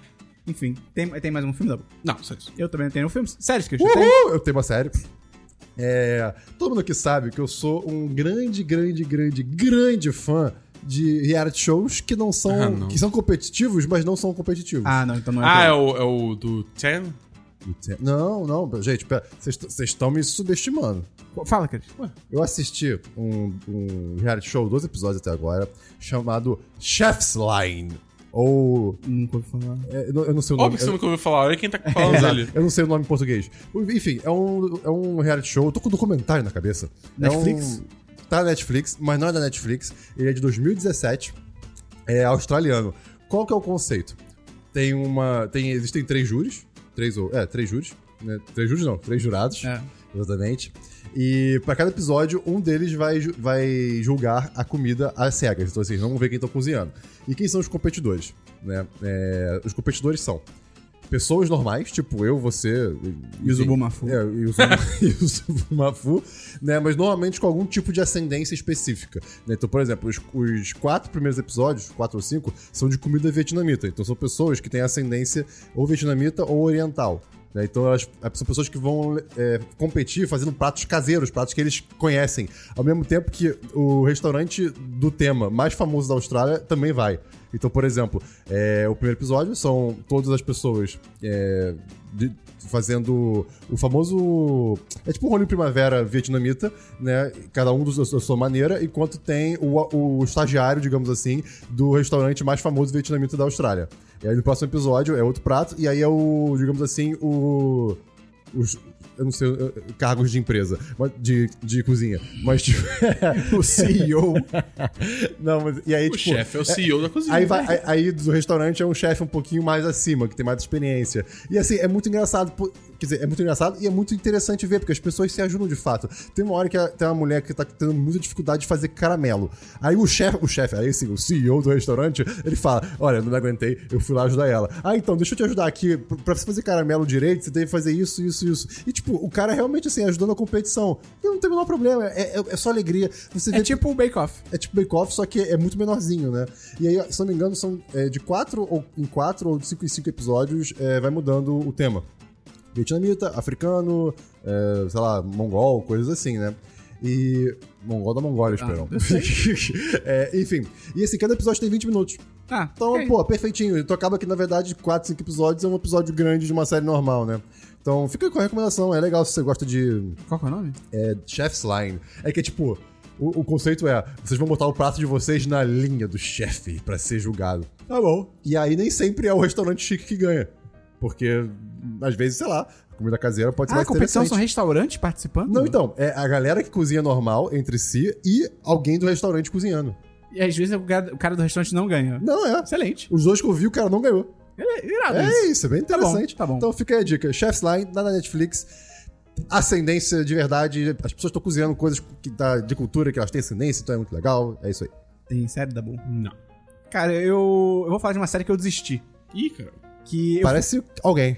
Speaker 1: Enfim, tem, tem mais um filme, Dabu?
Speaker 3: Não, só isso.
Speaker 1: Eu também não tenho um filme. Sério, Christian? Tem?
Speaker 2: Uhul! Eu tenho uma série. É, todo mundo aqui sabe que eu sou um grande, grande, grande, grande fã de reality shows que não são.
Speaker 3: Ah, não.
Speaker 2: que são competitivos, mas não são competitivos.
Speaker 1: Ah, não, então não é.
Speaker 3: Ah, é
Speaker 1: eu...
Speaker 3: o, é o do Ten?
Speaker 2: Não, não, gente, pera, vocês t- vocês estão me subestimando.
Speaker 1: Fala, Christian.
Speaker 2: Eu assisti um, um reality show, dois episódios até agora, chamado Chef's Line. Ou.
Speaker 3: um-
Speaker 1: Nunca ouvi falar.
Speaker 2: é, eu não- eu É. não sei o nome.
Speaker 3: Óbvio que você nunca ouviu falar. Olha quem tá falando
Speaker 2: Exato.
Speaker 3: dele.
Speaker 2: Eu não sei o nome em português. Enfim, é um, é um reality show. Eu tô com um documentário na cabeça.
Speaker 1: Netflix?
Speaker 2: É um- Tá na Netflix, mas não é da Netflix. Ele é de 2017. É australiano. Qual que é o conceito? Tem uma. Tem, existem três júris. Três ou. É, três júris. né, três juros não, três jurados,
Speaker 1: É.
Speaker 2: exatamente. E pra cada episódio, um deles vai, ju- vai julgar a comida às cegas. Então, assim, vamos ver quem tá cozinhando. E quem são os competidores, né? É, os competidores são pessoas normais, tipo eu, você...
Speaker 1: E o
Speaker 2: enfim.
Speaker 1: Zubumafu.
Speaker 2: É, e o Zubu- <laughs> e o Zubumafu, né? Mas normalmente com algum tipo de ascendência específica. né? Então, por exemplo, os, os quatro primeiros episódios, quatro ou cinco, são de comida vietnamita. Então são pessoas que têm ascendência ou vietnamita ou oriental. né? Então elas são pessoas que vão é, competir fazendo pratos caseiros, pratos que eles conhecem. Ao mesmo tempo que o restaurante do tema mais famoso da Austrália também vai. Então, por exemplo, é, o primeiro episódio são todas as pessoas é, de- fazendo o famoso. É tipo um rolinho primavera vietnamita, né? Cada um dos- da sua- da sua maneira, enquanto tem o, o estagiário, digamos assim, do restaurante mais famoso vietnamita da Austrália. E aí no próximo episódio é outro prato, e aí é o, digamos assim, o. Os, eu não sei, eh, cargos de empresa, mas- de, de cozinha. Mas, tipo. <laughs>
Speaker 1: O
Speaker 3: <laughs>
Speaker 1: CEO.
Speaker 2: não, mas. E aí,
Speaker 3: O
Speaker 2: tipo.
Speaker 3: chefe é o CEO da cozinha.
Speaker 2: Aí, vai, aí, aí do restaurante é um chefe um pouquinho mais acima, que tem mais experiência. E assim, é muito engraçado. pô- Quer dizer, é muito engraçado e é muito interessante ver, porque as pessoas se ajudam de fato. Tem uma hora que a- tem uma mulher que tá tendo muita dificuldade de fazer caramelo. Aí o chefe, o chefe, aí assim, o CEO do restaurante, ele fala: Olha, não me aguentei, eu fui lá ajudar ela. Ah, então, deixa eu te ajudar aqui. Pra pra você fazer caramelo direito, você tem que fazer isso, isso, isso. E tipo, o cara realmente assim, ajudando a competição. E não tem o menor problema, é, é- é só alegria. Você vê
Speaker 1: É tipo o Bake Off.
Speaker 2: é tipo Bake Off, só que é muito menorzinho, né? E aí, se não me engano, são é, de 4 ou, em 4 ou de 5 em 5 episódios, é, vai mudando o tema. Vietnamita, africano, é, sei lá, mongol, coisas assim, né? E. Mongol da Mongólia, esperão. <laughs> É, enfim. E assim, cada episódio tem 20 minutos.
Speaker 1: Ah,
Speaker 2: Então,
Speaker 1: ok.
Speaker 2: pô, perfeitinho. Então acaba que, na verdade, 4, 5 episódios é um episódio grande de uma série normal, né? Então fica com a recomendação. É legal se você gosta de
Speaker 1: Qual que é o nome?
Speaker 2: é Chef's Line. É que é tipo. O, o conceito é, vocês vão botar o prato de vocês na linha do chefe pra ser julgado.
Speaker 1: Tá bom.
Speaker 2: E aí nem sempre é o restaurante chique que ganha. Porque, às vezes, sei lá, comida caseira pode ser
Speaker 1: Ah, a
Speaker 2: mais
Speaker 1: competição
Speaker 2: interessante.
Speaker 1: são restaurantes participando?
Speaker 2: Não, então, é a galera que cozinha normal entre si e alguém do restaurante cozinhando.
Speaker 1: E às vezes o cara, o cara do restaurante não ganha.
Speaker 2: Não, é.
Speaker 1: Excelente.
Speaker 2: Os dois que eu vi, o cara não ganhou.
Speaker 1: É irado isso.
Speaker 2: É isso, é bem
Speaker 1: Tá bom,
Speaker 2: interessante.
Speaker 1: tá bom.
Speaker 2: Então fica aí a dica. Chef's Line, lá na Netflix. Ascendência de verdade. As pessoas estão cozinhando coisas que, da, de cultura que elas têm ascendência, então é muito legal. É isso aí.
Speaker 1: Tem série da bom.
Speaker 3: Não.
Speaker 1: Cara, eu, eu vou falar de uma série que eu desisti.
Speaker 3: Ih, cara.
Speaker 1: Que eu-
Speaker 2: Parece alguém.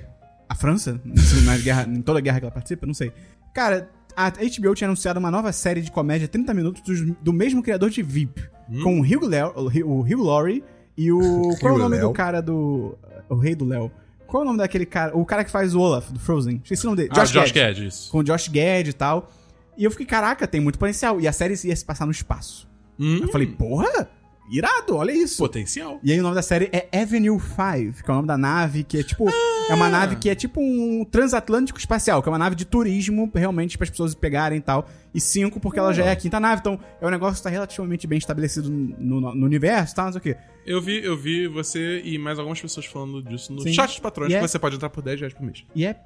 Speaker 1: a França, se na guerra, em toda guerra que ela participa, não sei. Cara, a HBO tinha anunciado uma nova série de comédia 30 minutos dos- do mesmo criador de VIP,
Speaker 3: Hum?
Speaker 1: com o Hugh, Leo, o Hugh- o Hugh Laurie e
Speaker 3: <laughs>
Speaker 1: o qual é o
Speaker 2: Hugh
Speaker 1: nome
Speaker 2: Léo.
Speaker 1: do cara do o rei do Léo? Qual é o nome daquele cara, o cara que faz o Olaf do Frozen? Esqueci o nome dele.
Speaker 3: Ah, Josh, Josh
Speaker 1: Gad.
Speaker 3: Gad, isso.
Speaker 1: Com o Josh Gad e tal. E eu fiquei, caraca, tem muito potencial. E a série ia se passar no espaço.
Speaker 3: Hum,
Speaker 1: Eu falei, porra, irado, olha isso.
Speaker 3: potencial.
Speaker 1: E aí o nome da série é Avenue 5, que é o nome da nave, que é tipo. É uma nave que é tipo um transatlântico espacial, que é uma nave de turismo, realmente, para as pessoas pegarem e tal. E 5, porque ela já é a quinta nave, então é um negócio que tá relativamente bem estabelecido no, no- no universo, tá? Não sei o quê.
Speaker 3: Eu vi, eu vi você e mais algumas pessoas falando disso no
Speaker 1: Sim.
Speaker 3: chat de patrões,
Speaker 1: E é-
Speaker 3: que você pode entrar por 10 reais por mês.
Speaker 1: E é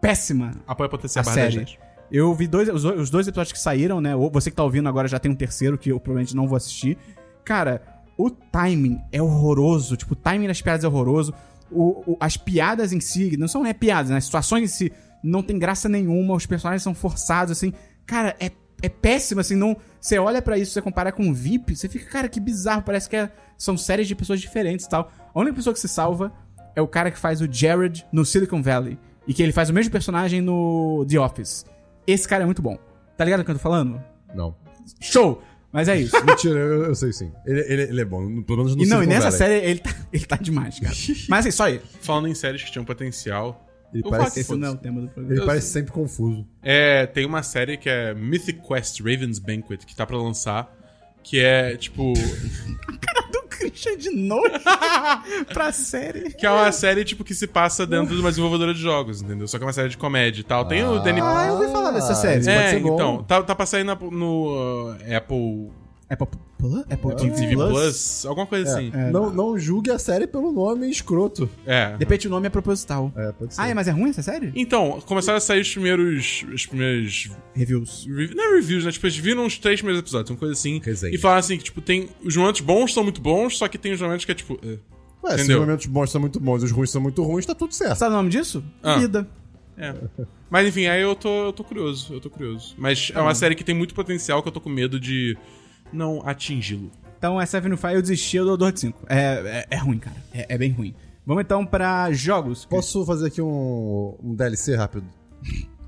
Speaker 1: péssima.
Speaker 3: Apoia potencial
Speaker 1: A
Speaker 3: barra 10
Speaker 1: série.
Speaker 3: reais.
Speaker 1: Eu vi dois, os, os dois episódios que saíram, né? Ou Você que tá ouvindo agora já tem um terceiro que eu provavelmente não vou assistir. Cara, o timing é horroroso. Tipo, o timing das piadas é horroroso. O, o- as piadas em si, não são né, piadas, né? As situações em si não tem graça nenhuma. Os personagens são forçados, assim. Cara, é, é péssimo, assim. Não, você olha pra isso, você compara com VIP, você fica, cara, que bizarro. Parece que é- são séries de pessoas diferentes e tal. A única pessoa que se salva é o cara que faz o Jared no Silicon Valley. E que ele faz o mesmo personagem no The Office. Esse cara é muito bom. Tá ligado o que eu tô falando?
Speaker 2: Não.
Speaker 1: Show! Mas é
Speaker 2: <laughs>
Speaker 1: isso.
Speaker 2: Mentira, eu, eu sei sim. Ele, ele- ele é bom, pelo menos no
Speaker 1: E não, e
Speaker 2: Silicon
Speaker 1: nessa
Speaker 2: Valley.
Speaker 1: série ele tá, ele tá demais, cara. Mas assim, só ele.
Speaker 3: Falando em séries que tinham potencial.
Speaker 2: Ele
Speaker 3: Eu
Speaker 2: parece,
Speaker 1: Esse
Speaker 3: foda-se.
Speaker 1: não é o tema do programa.
Speaker 2: ele parece sempre confuso.
Speaker 3: É, tem uma série que é Mythic Quest Raven's Banquet, que tá pra lançar. Que é, tipo.
Speaker 1: Do Christian de novo <laughs> pra série.
Speaker 3: que é uma série, tipo, que se passa dentro de uma desenvolvedora de jogos, entendeu? Só que é uma série de comédia e tal. Tem o Danny.
Speaker 1: Ah, eu ouvi falar dessa série. isso
Speaker 3: é,
Speaker 2: pode ser bom.
Speaker 3: então. Tá, tá pra sair na- no uh, Apple
Speaker 1: Apple, É Plus? Apple
Speaker 3: TV
Speaker 1: TV
Speaker 3: Plus,
Speaker 1: Plus?
Speaker 3: alguma coisa assim.
Speaker 2: não, É, não julgue a série pelo nome escroto.
Speaker 3: É.
Speaker 1: De repente o nome é proposital.
Speaker 2: É, pode ser.
Speaker 1: Ah, é, mas é ruim essa série?
Speaker 3: Então, começaram a sair os primeiros. Os primeiros
Speaker 1: Reviews.
Speaker 3: Rev- Não é reviews, né? Tipo, eles viram uns três primeiros episódios, uma coisa assim.
Speaker 2: Resenha.
Speaker 3: E falaram assim que, tipo, tem. Os momentos bons são muito bons, só que tem os momentos que é tipo. eh.
Speaker 2: Ué, se os
Speaker 3: Entendeu?
Speaker 2: momentos bons são muito bons, os ruins são muito ruins, tá tudo certo.
Speaker 1: Sabe o nome disso?
Speaker 3: Ah.
Speaker 1: Vida.
Speaker 3: É. Mas enfim, aí eu tô, eu tô curioso, eu tô curioso. Mas
Speaker 2: Tá
Speaker 3: é uma série que tem muito potencial que eu tô com medo de não atingi-lo.
Speaker 1: Então, essa Avenue Fire eu desisti, eu dou dor de 5. É, é, é ruim, cara. É, é bem ruim. Vamos então pra jogos. Chris.
Speaker 2: Posso fazer aqui um, um DLC rápido?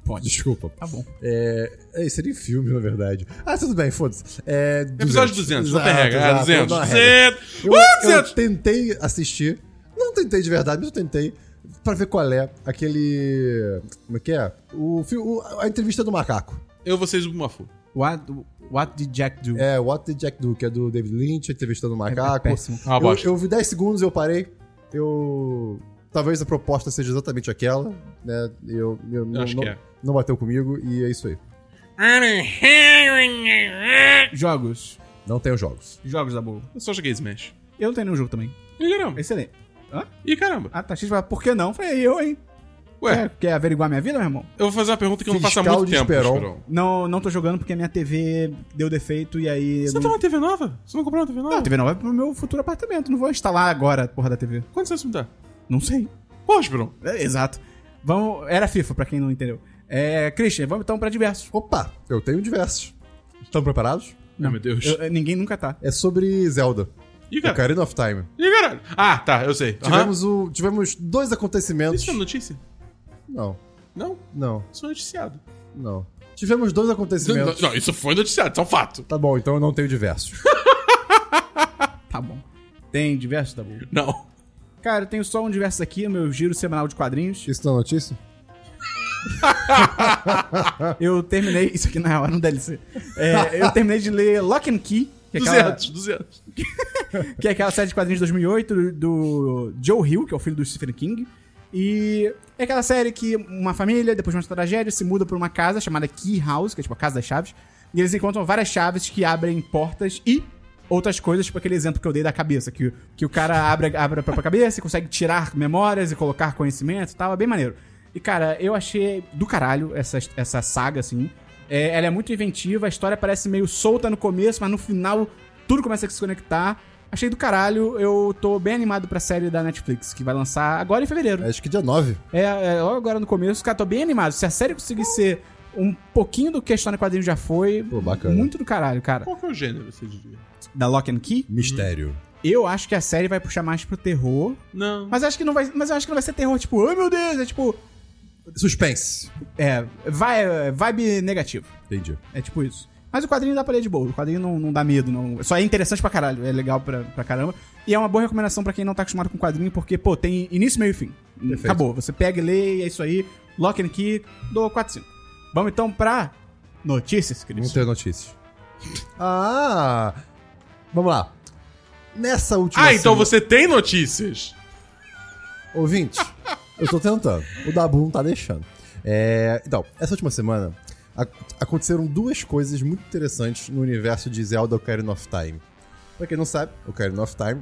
Speaker 1: Pode.
Speaker 2: Desculpa.
Speaker 1: Tá bom.
Speaker 2: É, é, seria em filme, na verdade. Ah, tudo bem, foda-se. É, 200.
Speaker 3: Episódio 200, não tem
Speaker 2: Exato,
Speaker 3: regra.
Speaker 2: exato,
Speaker 3: Ah, 200,
Speaker 2: não tem regra.
Speaker 3: 200,
Speaker 2: Eu,
Speaker 3: uh,
Speaker 2: eu
Speaker 3: 200.
Speaker 2: tentei assistir. Não tentei de verdade, mas eu tentei. Pra ver qual é aquele. Como é que é? O, fi- o- a entrevista do macaco.
Speaker 3: Eu, vocês, o Bumafu.
Speaker 1: What, what did Jack do? É
Speaker 2: É, What the Jack Do, que é do David Lynch, a entrevista do macaco.
Speaker 1: péssimo.
Speaker 3: Ah,
Speaker 2: eu,
Speaker 3: bosta.
Speaker 2: eu vi 10 segundos, eu parei. Eu. Talvez a proposta seja exatamente aquela, né? Eu, eu não,
Speaker 3: acho
Speaker 2: não,
Speaker 3: que é.
Speaker 2: não bateu comigo e é isso aí.
Speaker 1: Jogos.
Speaker 2: Não tenho jogos.
Speaker 1: Jogos da boa.
Speaker 3: Eu só joguei Smash.
Speaker 1: Eu não tenho nenhum jogo também.
Speaker 3: E caramba.
Speaker 1: Excelente.
Speaker 3: E caramba.
Speaker 1: Ah, tá. X fala, por que não? Falei, "É eu, hein?
Speaker 3: Ué,
Speaker 1: Quer, quer averiguar minha vida, meu irmão?
Speaker 3: eu vou fazer uma pergunta que eu não faço há
Speaker 2: Fiscal
Speaker 3: muito
Speaker 2: de
Speaker 3: tempo.
Speaker 2: Esperon.
Speaker 3: Esperon.
Speaker 1: Não, não tô jogando porque a minha TV deu defeito e aí.
Speaker 3: Você tá
Speaker 1: eu
Speaker 3: não tem uma TV nova? Você não comprou uma TV
Speaker 1: Ah,
Speaker 3: nova?
Speaker 1: a TV não vai pro meu futuro apartamento. Não vou instalar agora a porra da TV.
Speaker 3: Quantos anos você me dá?
Speaker 1: Não sei.
Speaker 3: Pô, Esperon.
Speaker 1: É, exato. Vamos. Era FIFA, pra quem não entendeu. É, Christian, vamos então pra diversos.
Speaker 2: Opa, eu tenho diversos. Estão preparados?
Speaker 3: Ai, meu Deus.
Speaker 1: Eu- eu- ninguém nunca tá.
Speaker 2: É sobre Zelda.
Speaker 3: Ih, cara.
Speaker 2: Ocarina of Time.
Speaker 3: Ih, caralho. Ah, tá, eu sei. Aham.
Speaker 2: Tivemos, o, tivemos dois acontecimentos.
Speaker 3: Isso é notícia?
Speaker 2: Não,
Speaker 3: Não,
Speaker 2: não,
Speaker 3: isso é noticiado.
Speaker 2: não. Tivemos dois
Speaker 3: Não,
Speaker 2: acontecimentos.
Speaker 3: não, isso foi noticiado, isso é um fato.
Speaker 2: Tá bom, então eu não tenho
Speaker 3: <laughs>
Speaker 2: diversos.
Speaker 1: Tá bom. Tem diversos, tá bom.
Speaker 3: Não.
Speaker 1: Cara, eu tenho só um diversos aqui, o meu giro semanal de quadrinhos.
Speaker 2: Isso não é notícia?
Speaker 1: Eu terminei. Isso aqui na real era um DLC. É, eu terminei de ler Lock and Key, que é, aquela,
Speaker 3: 200, 200.
Speaker 1: que é aquela série de quadrinhos de 2008 do Joe Hill, que é o filho do Stephen King. E é aquela série que uma família, depois de uma tragédia, se muda pra uma casa chamada Key House, que é tipo a casa das chaves. E eles encontram várias chaves que abrem portas e outras coisas, tipo aquele exemplo que eu dei da cabeça, que, que o cara abre, abre a própria cabeça e consegue tirar memórias e colocar conhecimento e tal. É bem maneiro. E, cara, eu achei do caralho essa, essa saga, assim. É, ela é muito inventiva, a história parece meio solta no começo, mas no final tudo começa a se conectar. Achei do caralho, eu tô bem animado pra série da Netflix, que vai lançar agora em fevereiro.
Speaker 2: Acho que dia 9.
Speaker 1: É, é, logo agora no começo, cara, tô bem animado. Se a série conseguir ser um pouquinho do que a história no quadrinho já foi,
Speaker 2: Pô, bacana.
Speaker 3: Hum.
Speaker 1: muito do caralho, cara.
Speaker 3: Qual que é o gênero, você diria?
Speaker 1: Da Lock and Key,
Speaker 2: Mistério.
Speaker 1: eu acho que a série vai puxar mais pro terror.
Speaker 3: Não.
Speaker 1: Mas eu acho que não vai, mas eu acho que não vai ser terror, tipo, ai meu Deus, é tipo,
Speaker 2: Suspense.
Speaker 1: é, vai, é, vibe negativo.
Speaker 2: Entendi.
Speaker 1: É tipo isso. Mas o quadrinho dá pra ler de boa. O quadrinho não, não dá medo. Não... Só é interessante pra caralho. É legal pra, pra caramba. E é uma boa recomendação pra quem não tá acostumado com quadrinho, porque, pô, tem início, meio e fim. Acabou. Você pega e lê, e é isso aí. Lock and key, dou 4-5. Vamos então pra notícias,
Speaker 2: Não
Speaker 1: queridos.
Speaker 2: tenho notícias. Ah! Vamos lá. Nessa última.
Speaker 3: Ah, então
Speaker 2: semana-
Speaker 3: você tem notícias?
Speaker 2: Ouvinte, eu tô tentando. O Dabu não tá deixando. É, então, essa última semana a- aconteceram duas coisas muito interessantes no universo de Zelda Ocarina of Time. Pra quem não sabe, Ocarina of Time,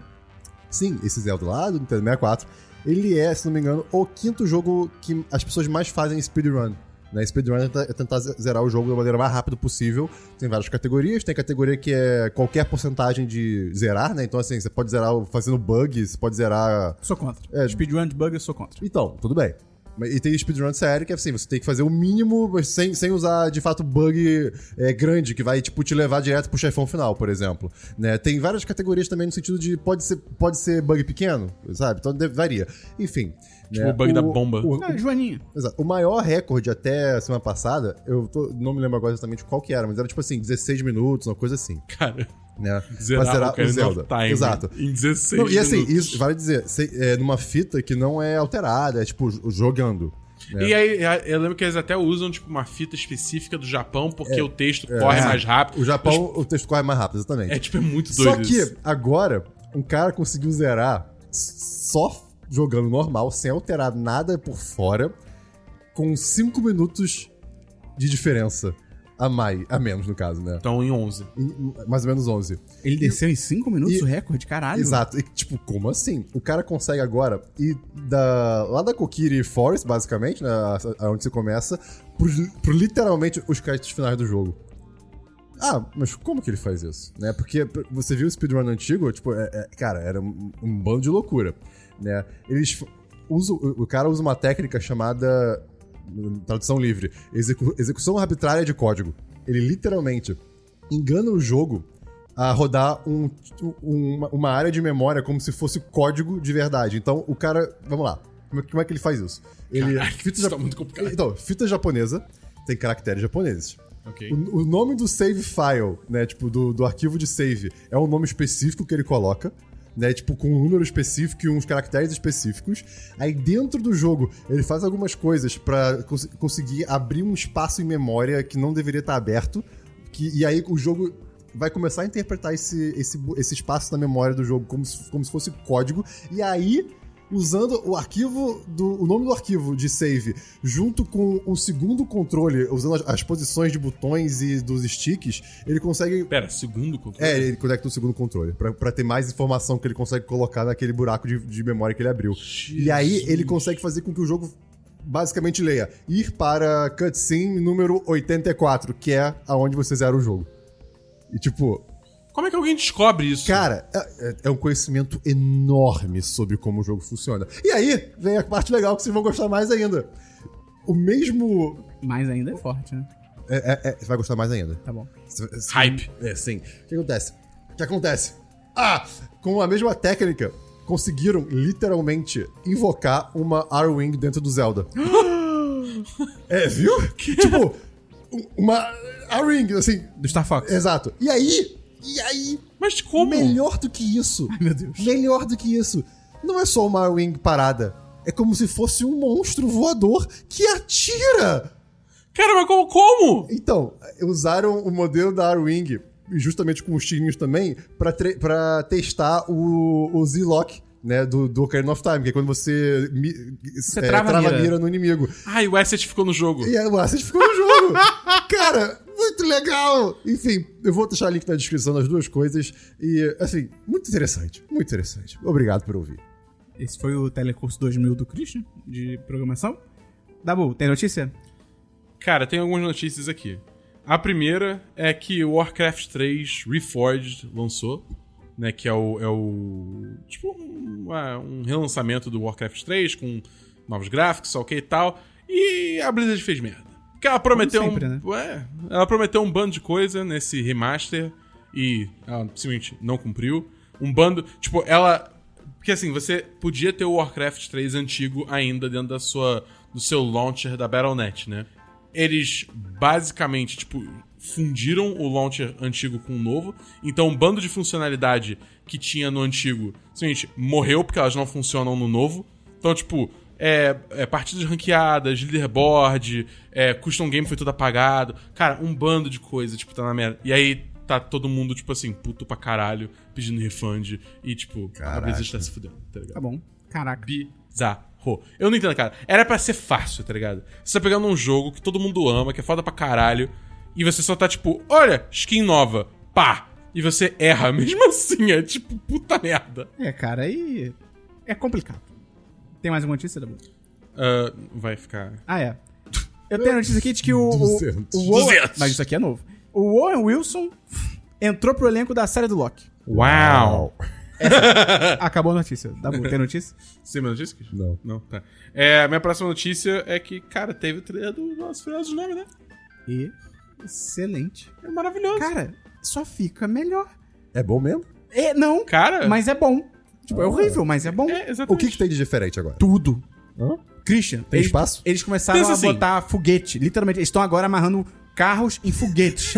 Speaker 2: sim, esse Zelda lá do Nintendo 64, ele é, se não me engano, o quinto jogo que as pessoas mais fazem speedrun. Né? Speedrun é t- é tentar ze- zerar o jogo da maneira mais rápida possível. Tem várias categorias. Tem categoria que é qualquer porcentagem de zerar, né? Então, assim, você pode zerar fazendo bug, você pode zerar
Speaker 1: Sou contra.
Speaker 2: É.
Speaker 1: Speedrun de bug, eu sou contra.
Speaker 2: então, tudo bem. Mas- E tem speedrun sério, que é assim, você tem que fazer o mínimo mas sem, sem usar, de fato, bug é, grande, que vai, tipo, te levar direto pro chefão final, por exemplo. Né? Tem várias categorias também no sentido de pode ser, pode ser bug pequeno, sabe? Então de- varia. Enfim.
Speaker 3: Tipo o bug da bomba.
Speaker 2: É, o-
Speaker 1: Ah, Joaninha.
Speaker 2: Exato. O maior recorde até semana passada, eu tô- não me lembro agora exatamente qual que era, mas era tipo assim, 16 minutos, uma coisa assim.
Speaker 3: Cara,
Speaker 2: Né? Pra
Speaker 3: zerar,
Speaker 2: zerar
Speaker 3: o Ocarina of Time
Speaker 2: Exato.
Speaker 3: em 16
Speaker 2: Não, e assim,
Speaker 3: minutos.
Speaker 2: isso, vale dizer, se- é, numa fita que não é alterada, é tipo j- jogando.
Speaker 3: E
Speaker 2: É.
Speaker 3: aí, é, eu lembro que eles até usam, tipo, uma fita específica do Japão, porque o texto corre
Speaker 2: É.
Speaker 3: mais rápido.
Speaker 2: O Japão, o texto corre mais rápido, exatamente.
Speaker 3: É, tipo, é muito doido
Speaker 2: Só que
Speaker 3: isso.
Speaker 2: agora, um cara conseguiu zerar s- só jogando normal, sem alterar nada por fora, com 5 minutos de diferença. A mais, a menos no caso, né?
Speaker 3: Então, em 11.
Speaker 2: Em- em- Mais ou menos 11.
Speaker 1: Ele desceu em 5 minutos
Speaker 2: e-
Speaker 1: o recorde, caralho.
Speaker 2: Exato. E, tipo, como assim? O cara consegue agora ir da, lá da Kokiri Forest, basicamente, né, a- a- onde você começa, pro, pro literalmente os créditos finais do jogo. Ah, mas como que ele faz isso? Né? Porque p- você viu o speedrun antigo, tipo, é- é- cara, era um, um bando de loucura, né? Eles f- usam, o o cara usa uma técnica chamada tradução livre, execu- execução arbitrária de código. Ele literalmente engana o jogo a rodar um- uma, uma área de memória como se fosse código de verdade. Então, o cara. Vamos lá. Como é- Como é que ele faz isso? Ele.
Speaker 3: Caralho,
Speaker 2: fita
Speaker 3: isso
Speaker 2: ja-
Speaker 3: tá muito complicado.
Speaker 2: Então, fita japonesa tem caracteres japoneses.
Speaker 3: Ok.
Speaker 2: O, o nome do save file, né? Tipo, do, do arquivo de save, é um nome específico que ele coloca, né? Tipo, com um número específico e uns caracteres específicos. Aí dentro do jogo, ele faz algumas coisas pra cons- conseguir abrir um espaço em memória que não deveria estar aberto. que- e aí o jogo vai começar a interpretar esse, esse, bu- esse espaço na memória do jogo como se, como se fosse código. E aí. Usando o arquivo do. o nome do arquivo de save junto com o segundo controle, usando as, as posições de botões e dos sticks, ele consegue.
Speaker 3: Pera, segundo controle?
Speaker 2: É, ele conecta o segundo controle, pra pra ter mais informação que ele consegue colocar naquele buraco de, de memória que ele abriu. E aí ele consegue fazer com que o jogo basicamente leia ir para cutscene número 84, que é aonde você zera o jogo. E tipo,
Speaker 3: Como é que alguém descobre isso?
Speaker 2: Cara, é, é- é um conhecimento enorme sobre como o jogo funciona. E aí, vem a parte legal que vocês vão gostar mais ainda. O mesmo.
Speaker 1: Mas ainda é forte, né?
Speaker 2: é- é- é- você vai gostar mais ainda.
Speaker 1: Tá bom.
Speaker 2: Você- você-
Speaker 3: Hype.
Speaker 2: É, sim. O que acontece? O que acontece? Ah! Com a mesma técnica, conseguiram literalmente invocar uma R-Wing dentro do Zelda. é, viu? Tipo, um- uma R-Wing, assim.
Speaker 1: Do Star Fox.
Speaker 2: Exato. E aí? E aí?
Speaker 3: Mas como?
Speaker 2: Melhor do que isso.
Speaker 1: Meu Deus.
Speaker 2: Melhor do que isso. Não é só uma Wing parada. É como se fosse um monstro voador que atira.
Speaker 3: Cara, mas como? Como?
Speaker 2: Então, usaram o modelo da R-Wing, e justamente com os tirinhos também, pra, tre- pra testar o, o Z-Lock, né, do, do Ocarina of Time, que é quando você, mi- é,
Speaker 1: Você trava a mira.
Speaker 2: no inimigo.
Speaker 3: Ai, o asset ficou no jogo.
Speaker 2: E aí o Assassin's ficou
Speaker 1: <laughs>
Speaker 2: no jogo. Cara, muito legal. Enfim, eu vou deixar o link na descrição das duas coisas. E, assim, muito interessante. Muito interessante. Obrigado por ouvir.
Speaker 1: Esse foi o Telecurso 2000 do Christian, de programação. Dabu, tem notícia?
Speaker 3: Cara, tem algumas notícias aqui. A primeira é que o Warcraft 3 Reforged lançou, né? Que é o. É o tipo, um, ah, um relançamento do Warcraft 3 com novos gráficos, só o que e tal. E a Blizzard fez merda. Porque ela prometeu.
Speaker 1: sempre,
Speaker 3: um,
Speaker 1: né?
Speaker 3: Ué, ela prometeu um bando de coisa nesse remaster e ela simplesmente não cumpriu. Um bando. Tipo, ela. Porque assim, você podia ter o Warcraft 3 antigo ainda dentro da sua, do seu launcher da Battle.net, né? Eles basicamente, tipo, fundiram o launcher antigo com o novo. Então, um bando de funcionalidade que tinha no antigo simplesmente morreu porque elas não funcionam no novo. Então, tipo, é, é, partidas ranqueadas, leaderboard, é, custom game foi tudo apagado. Cara, um bando de coisa, tipo, tá na merda. E aí tá todo mundo, tipo assim, puto pra caralho, pedindo refund. E, tipo, a Blizzard tá se fudendo, tá ligado?
Speaker 1: Tá bom. Caraca.
Speaker 3: bizarro. Eu não entendo, cara. Era pra ser fácil, tá ligado? Você tá pegando um jogo que todo mundo ama, que é foda pra caralho, e você só tá tipo, olha, skin nova, pá! E você erra <laughs> mesmo assim, é tipo, puta merda.
Speaker 1: É, cara, aí. É complicado. Tem mais uma notícia, Dabu?
Speaker 3: Ah, vai ficar.
Speaker 1: Ah, é. Eu tenho a notícia aqui de que o. o-
Speaker 2: 200.
Speaker 1: o Owen-
Speaker 3: 200.
Speaker 1: Mas isso aqui é novo. O Owen Wilson entrou pro elenco da série do Loki.
Speaker 3: Uau!
Speaker 1: Acabou a notícia. Dabu, tem notícia?
Speaker 3: Você tem mais notícia? Christian?
Speaker 2: Não.
Speaker 3: Não, tá. É, minha próxima notícia é que, cara, teve o trailer do nosso final de nome, né?
Speaker 1: E. Excelente.
Speaker 3: É maravilhoso.
Speaker 1: Cara, só fica melhor.
Speaker 2: É bom mesmo?
Speaker 1: É, não,
Speaker 3: Cara,
Speaker 1: mas é bom. Tipo, é horrível, mas é bom.
Speaker 3: é,
Speaker 2: O
Speaker 3: exatamente.
Speaker 2: que, que tem de diferente agora?
Speaker 1: Tudo.
Speaker 2: Hã?
Speaker 1: Christian,
Speaker 2: Tem
Speaker 1: eles,
Speaker 2: espaço?
Speaker 1: eles começaram
Speaker 3: Pensa
Speaker 1: a
Speaker 3: assim.
Speaker 1: botar foguete. Literalmente, eles estão agora amarrando carros em
Speaker 2: <laughs>
Speaker 1: foguetes.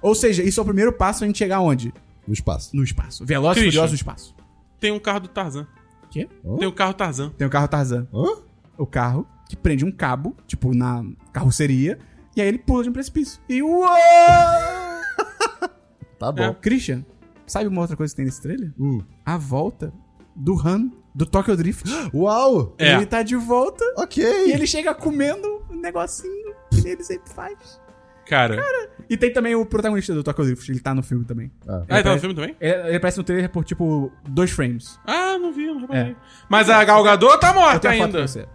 Speaker 1: Ou seja, isso é o primeiro passo a gente chegar onde?
Speaker 2: No espaço.
Speaker 1: No espaço. Veloz e
Speaker 3: Christian.
Speaker 1: furioso no espaço.
Speaker 3: Tem um carro do Tarzan.
Speaker 1: Quê?
Speaker 3: Tem o carro Tarzan.
Speaker 1: Tem o carro Tarzan.
Speaker 2: Hã?
Speaker 1: O carro que prende um cabo, tipo, na carroceria, e aí ele pula de um precipício. E uou!
Speaker 2: Tá bom.
Speaker 1: É. Christian, sabe uma outra coisa que tem nesse trailer?
Speaker 2: Hum.
Speaker 1: A volta do Han do Tokyo
Speaker 2: <gasps>
Speaker 1: Drift.
Speaker 2: Uau!
Speaker 3: É.
Speaker 1: Ele tá de volta
Speaker 2: Ok!
Speaker 1: e ele chega comendo um negocinho que ele sempre faz.
Speaker 3: Cara.
Speaker 1: E tem também o protagonista do Tokyo Drift, ele tá no filme também.
Speaker 3: Ah, tá no
Speaker 1: parece-
Speaker 3: filme também?
Speaker 1: Ele, ele aparece no trailer por, tipo, dois frames.
Speaker 3: Ah, não vi, não reparei.
Speaker 1: É.
Speaker 3: Mas a Galgador tá
Speaker 1: Eu
Speaker 3: morta
Speaker 1: tenho a foto
Speaker 3: ainda.
Speaker 1: pra você.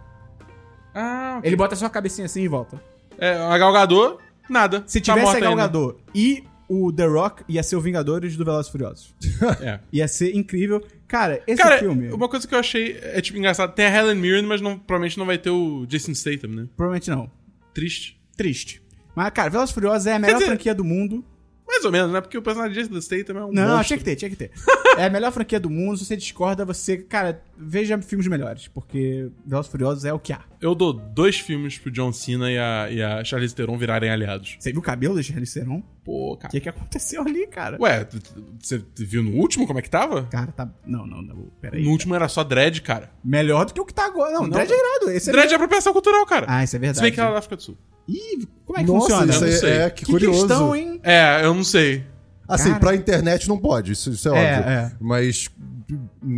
Speaker 3: Ah, ok.
Speaker 1: Ele bota só a cabecinha assim e volta.
Speaker 3: É, a Galgador, nada.
Speaker 1: Se
Speaker 3: Tá
Speaker 1: tivesse
Speaker 3: morta
Speaker 1: a Galgador e o The Rock ia ser o Vingadores do Velozes e Furiosos.
Speaker 3: É.
Speaker 1: Ia ser incrível. Cara, esse
Speaker 3: Cara,
Speaker 1: filme...
Speaker 3: uma coisa que eu achei é tipo engraçado, tem a Helen Mirren, mas não- provavelmente não vai ter o Jason Statham, né?
Speaker 1: Provavelmente não.
Speaker 3: Triste.
Speaker 1: Triste. Mas, cara, Velozes e Furiosos é a melhor
Speaker 3: dizer-
Speaker 1: franquia do mundo.
Speaker 3: Mais ou menos, né? Porque o personagem de Jason Statham é um
Speaker 1: Não,
Speaker 3: monstro.
Speaker 1: tinha que ter, tinha que ter. é a melhor franquia do mundo. Se você discorda, você... Cara, veja filmes melhores. Porque Velozes e Furiosos é o que há.
Speaker 3: Eu dou dois filmes pro John Cena e a, e a Charlize Theron virarem aliados.
Speaker 1: Você viu o cabelo da Charlize Theron?
Speaker 3: Pô,
Speaker 1: O
Speaker 3: cara.
Speaker 1: que, é? que aconteceu ali, cara?
Speaker 3: Ué, tu- tu- você viu no último como é que tava?
Speaker 1: Cara, tá... Não, não, não. Peraí.
Speaker 3: no último era só dread, cara.
Speaker 1: Melhor do que o que tá agora. Não,
Speaker 3: Não.
Speaker 1: Dread é irado. Esse é...
Speaker 3: Dread é apropriação cultural, cara.
Speaker 1: Ah, isso é verdade.
Speaker 3: Se bem que ela é da África do Sul.
Speaker 1: Ih, como é que
Speaker 2: Nossa,
Speaker 1: funciona?
Speaker 2: isso
Speaker 3: Eu não
Speaker 2: aí
Speaker 3: sei.
Speaker 2: é que,
Speaker 1: Que
Speaker 2: curioso.
Speaker 1: questão, hein?
Speaker 3: É, eu não sei.
Speaker 2: Assim,
Speaker 1: Cara.
Speaker 2: pra internet não pode, isso, isso é,
Speaker 1: É,
Speaker 2: óbvio.
Speaker 1: é.
Speaker 2: Mas,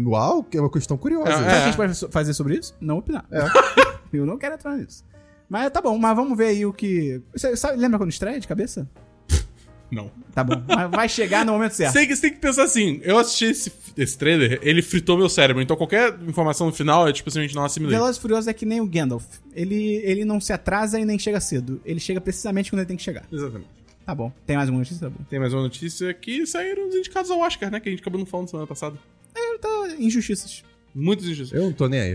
Speaker 2: uau, que é uma questão curiosa.
Speaker 1: Sabe o que
Speaker 3: É.
Speaker 1: Então, a gente vai so- fazer sobre isso? Não opinar.
Speaker 2: É.
Speaker 1: <laughs> Eu não quero entrar nisso. Mas tá bom, mas vamos ver aí o que. Você sabe- lembra quando estreia de cabeça?
Speaker 3: Não.
Speaker 1: Tá bom. Mas vai chegar no momento
Speaker 3: <laughs>
Speaker 1: certo.
Speaker 3: Sei que você tem que pensar assim. Eu assisti esse, esse trailer, ele fritou meu cérebro. Então qualquer informação no final é tipo simplesmente não assimilei.
Speaker 1: Velozes e Furiosos é que nem o Gandalf. Ele, ele não se atrasa e nem chega cedo. Ele chega precisamente quando ele tem que chegar.
Speaker 3: Exatamente.
Speaker 1: Tá bom. Tem mais uma notícia? Tá bom.
Speaker 3: Tem mais uma notícia que saíram os indicados ao Oscar, né? Que a gente acabou não falando semana passada.
Speaker 1: Tá, Injustiças.
Speaker 3: Muitos
Speaker 1: é.
Speaker 3: injustiças.
Speaker 2: Eu não tô nem aí.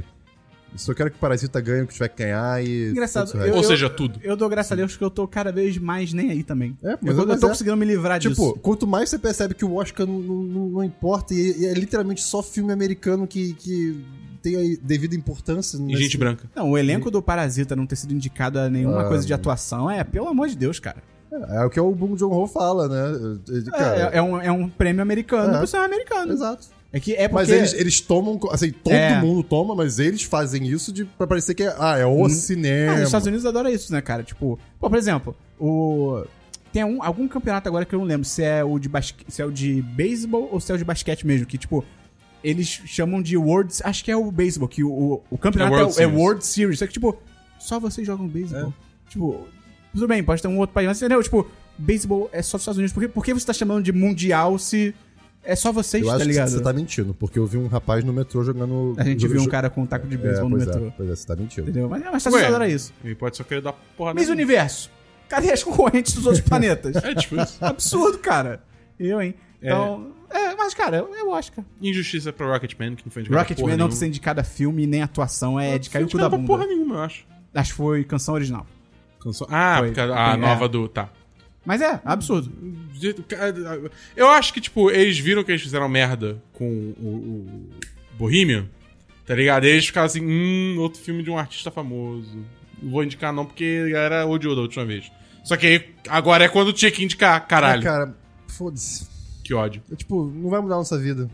Speaker 2: Eu só quero que o Parasita ganhe o que tiver que ganhar e...
Speaker 1: Engraçado,
Speaker 2: Putz,
Speaker 1: eu-
Speaker 3: Ou seja, tudo.
Speaker 1: Eu dou graças a Deus que eu tô cada vez mais nem aí também.
Speaker 2: É, mas
Speaker 1: eu, eu
Speaker 2: mas
Speaker 1: tô
Speaker 2: é.
Speaker 1: conseguindo me livrar
Speaker 2: Tipo,
Speaker 1: disso.
Speaker 2: quanto mais você percebe que o Oscar não, não- não- não importa e, e é literalmente só filme americano que, que tem a devida importância.
Speaker 3: E gente branca.
Speaker 1: Não, o elenco do Parasita não ter sido indicado a nenhuma
Speaker 2: Ah,
Speaker 1: coisa de atuação é, pelo amor de Deus, cara.
Speaker 2: É, é o que o Bong Joon-ho fala, né? Ele, cara,
Speaker 1: É, é um, é um prêmio americano
Speaker 2: É.
Speaker 1: pro cinema americano.
Speaker 2: Exato.
Speaker 1: É que é porque...
Speaker 2: Mas eles, eles tomam, assim, todo
Speaker 1: É.
Speaker 2: mundo toma, mas eles fazem isso de, pra parecer que é, ah, é o
Speaker 1: Hum. Ah,
Speaker 2: cinema.
Speaker 1: os Estados Unidos adoram isso, né, cara? Tipo, pô, por exemplo, o... Tem um- algum campeonato agora que eu não lembro se é o de basque... se é o de beisebol ou se é o de basquete mesmo, que tipo eles chamam de World, acho que é o beisebol, que o, o, o campeonato
Speaker 3: É
Speaker 1: é, o- é
Speaker 3: World Series.
Speaker 1: World Series, só que tipo só vocês jogam beisebol.
Speaker 2: É.
Speaker 1: Tipo, tudo bem, pode ter um outro país, mas entendeu? Tipo, beisebol é só dos Estados Unidos. Por que, por que você tá chamando de mundial se é só vocês,
Speaker 2: Eu
Speaker 1: tá
Speaker 2: acho
Speaker 1: ligado?
Speaker 2: que você tá mentindo, porque eu vi um rapaz no metrô jogando.
Speaker 1: A gente viu um
Speaker 2: jo-
Speaker 1: cara com um taco de
Speaker 2: É,
Speaker 1: beisebol no
Speaker 2: pois
Speaker 1: metrô.
Speaker 2: É, pois é, você tá mentindo.
Speaker 1: Entendeu? Mas, mas tá
Speaker 3: Ué. Tá
Speaker 1: assustador isso.
Speaker 3: Ele pode só querer dar porrada.
Speaker 1: Miss Universo. Cadê as <laughs> concorrentes dos outros
Speaker 3: <laughs>
Speaker 1: planetas?
Speaker 3: É
Speaker 1: <laughs>
Speaker 3: tipo isso.
Speaker 1: Absurdo, cara. Eu, hein? Então. É, mas, cara, eu, eu acho, cara.
Speaker 3: Injustiça pra Rocketman, que não foi indicado
Speaker 1: Rocketman não precisa indicar da filme nem atuação, é de cair o cu da
Speaker 3: pra
Speaker 1: bunda.
Speaker 3: porra nenhuma, eu acho.
Speaker 1: Acho que foi canção original.
Speaker 3: Canção- Ah,
Speaker 1: Foi.
Speaker 3: porque a, a
Speaker 1: É.
Speaker 3: nova do. Tá.
Speaker 1: Mas é, absurdo.
Speaker 3: Eu acho que, tipo, eles viram que eles fizeram merda com o, o Bohemian, tá ligado? E eles ficaram assim, hum, outro filme de um artista famoso. Não vou indicar não, porque a galera odiou da última vez. Só que aí, agora é quando tinha que indicar,
Speaker 2: Ah,
Speaker 1: É,
Speaker 3: caralho.
Speaker 2: cara, foda-se.
Speaker 3: Que ódio.
Speaker 2: É, Tipo, não vai mudar a nossa vida.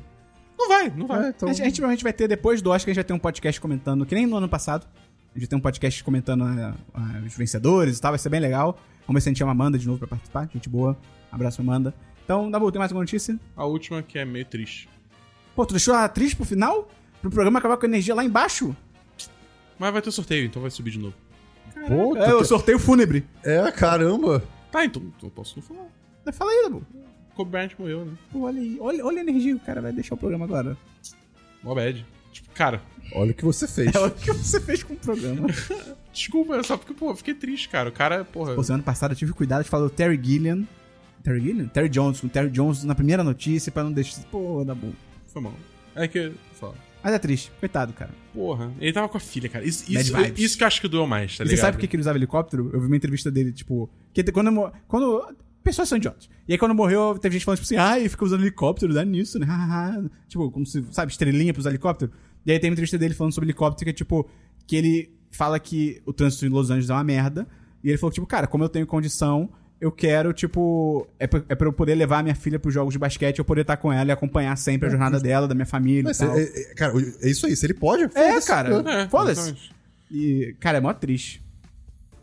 Speaker 3: Não vai, não vai.
Speaker 2: É, então.
Speaker 1: A gente, a gente provavelmente vai ter, depois do Oscar, a gente vai ter um podcast comentando, que nem no ano passado. A gente tem um podcast comentando ah, ah, os vencedores e tal, vai ser bem legal. Vamos ver se a gente chama a Amanda de novo pra participar. Gente boa. Abraço, Amanda. Então, Dabu, tem mais alguma notícia?
Speaker 3: A última que é meio triste.
Speaker 1: Pô, tu deixou a atriz pro final? Pro programa acabar com a energia lá embaixo?
Speaker 3: Mas vai ter sorteio, então vai subir de novo.
Speaker 2: Puta
Speaker 1: É, o
Speaker 2: que-
Speaker 1: sorteio fúnebre.
Speaker 2: é, caramba.
Speaker 3: Tá, então eu posso não falar.
Speaker 1: Mas Fala aí, Dabu.
Speaker 3: Kobe Bryant morreu, né?
Speaker 1: Pô, olha aí, olha, olha a energia, o cara vai deixar o programa agora.
Speaker 3: Mó bad. Tipo, cara,
Speaker 2: Olha o que você
Speaker 1: <laughs>
Speaker 2: fez.
Speaker 1: É o que você fez com o programa.
Speaker 3: desculpa, é só porque, pô, eu fiquei triste, cara. O cara, porra.
Speaker 1: Pô, semana passada eu tive cuidado de falar o Terry Gilliam. Terry Gilliam? Terry Jones, o Terry Jones na primeira notícia pra não deixar. Pô, dá bom.
Speaker 3: Foi mal. É que. Só.
Speaker 1: Mas é triste, coitado, cara.
Speaker 3: Porra. Ele tava com a filha, cara. Isso,
Speaker 1: Bad
Speaker 3: isso,
Speaker 1: vibes.
Speaker 3: isso que eu acho que doeu mais, tá
Speaker 1: e
Speaker 3: ligado?
Speaker 1: você sabe por que que ele usava helicóptero? Eu vi uma entrevista dele, tipo. Que te- quando. mo- quando pessoas são idiotas. E aí quando morreu, teve gente falando, tipo assim, ai, fica usando helicóptero, dá nisso, né? <laughs> Hahaha." tipo, como se, sabe, estrelinha pros helicópteros. E aí tem uma entrevista dele falando sobre helicóptero, que é tipo. Que ele fala que o trânsito em Los Angeles é uma merda. E ele falou, tipo, cara, como eu tenho condição. Eu quero, tipo, é pra, é pra eu poder levar a minha filha pros jogos de basquete, eu poder estar com ela e acompanhar sempre a jornada dela, da minha família
Speaker 2: É, Mas,
Speaker 1: e tal.
Speaker 2: é, é, cara, é isso aí. Se ele pode,
Speaker 1: É,
Speaker 2: foda-se.
Speaker 1: cara,
Speaker 3: É,
Speaker 1: foda-se.
Speaker 3: exatamente.
Speaker 1: E, cara, é mó triste.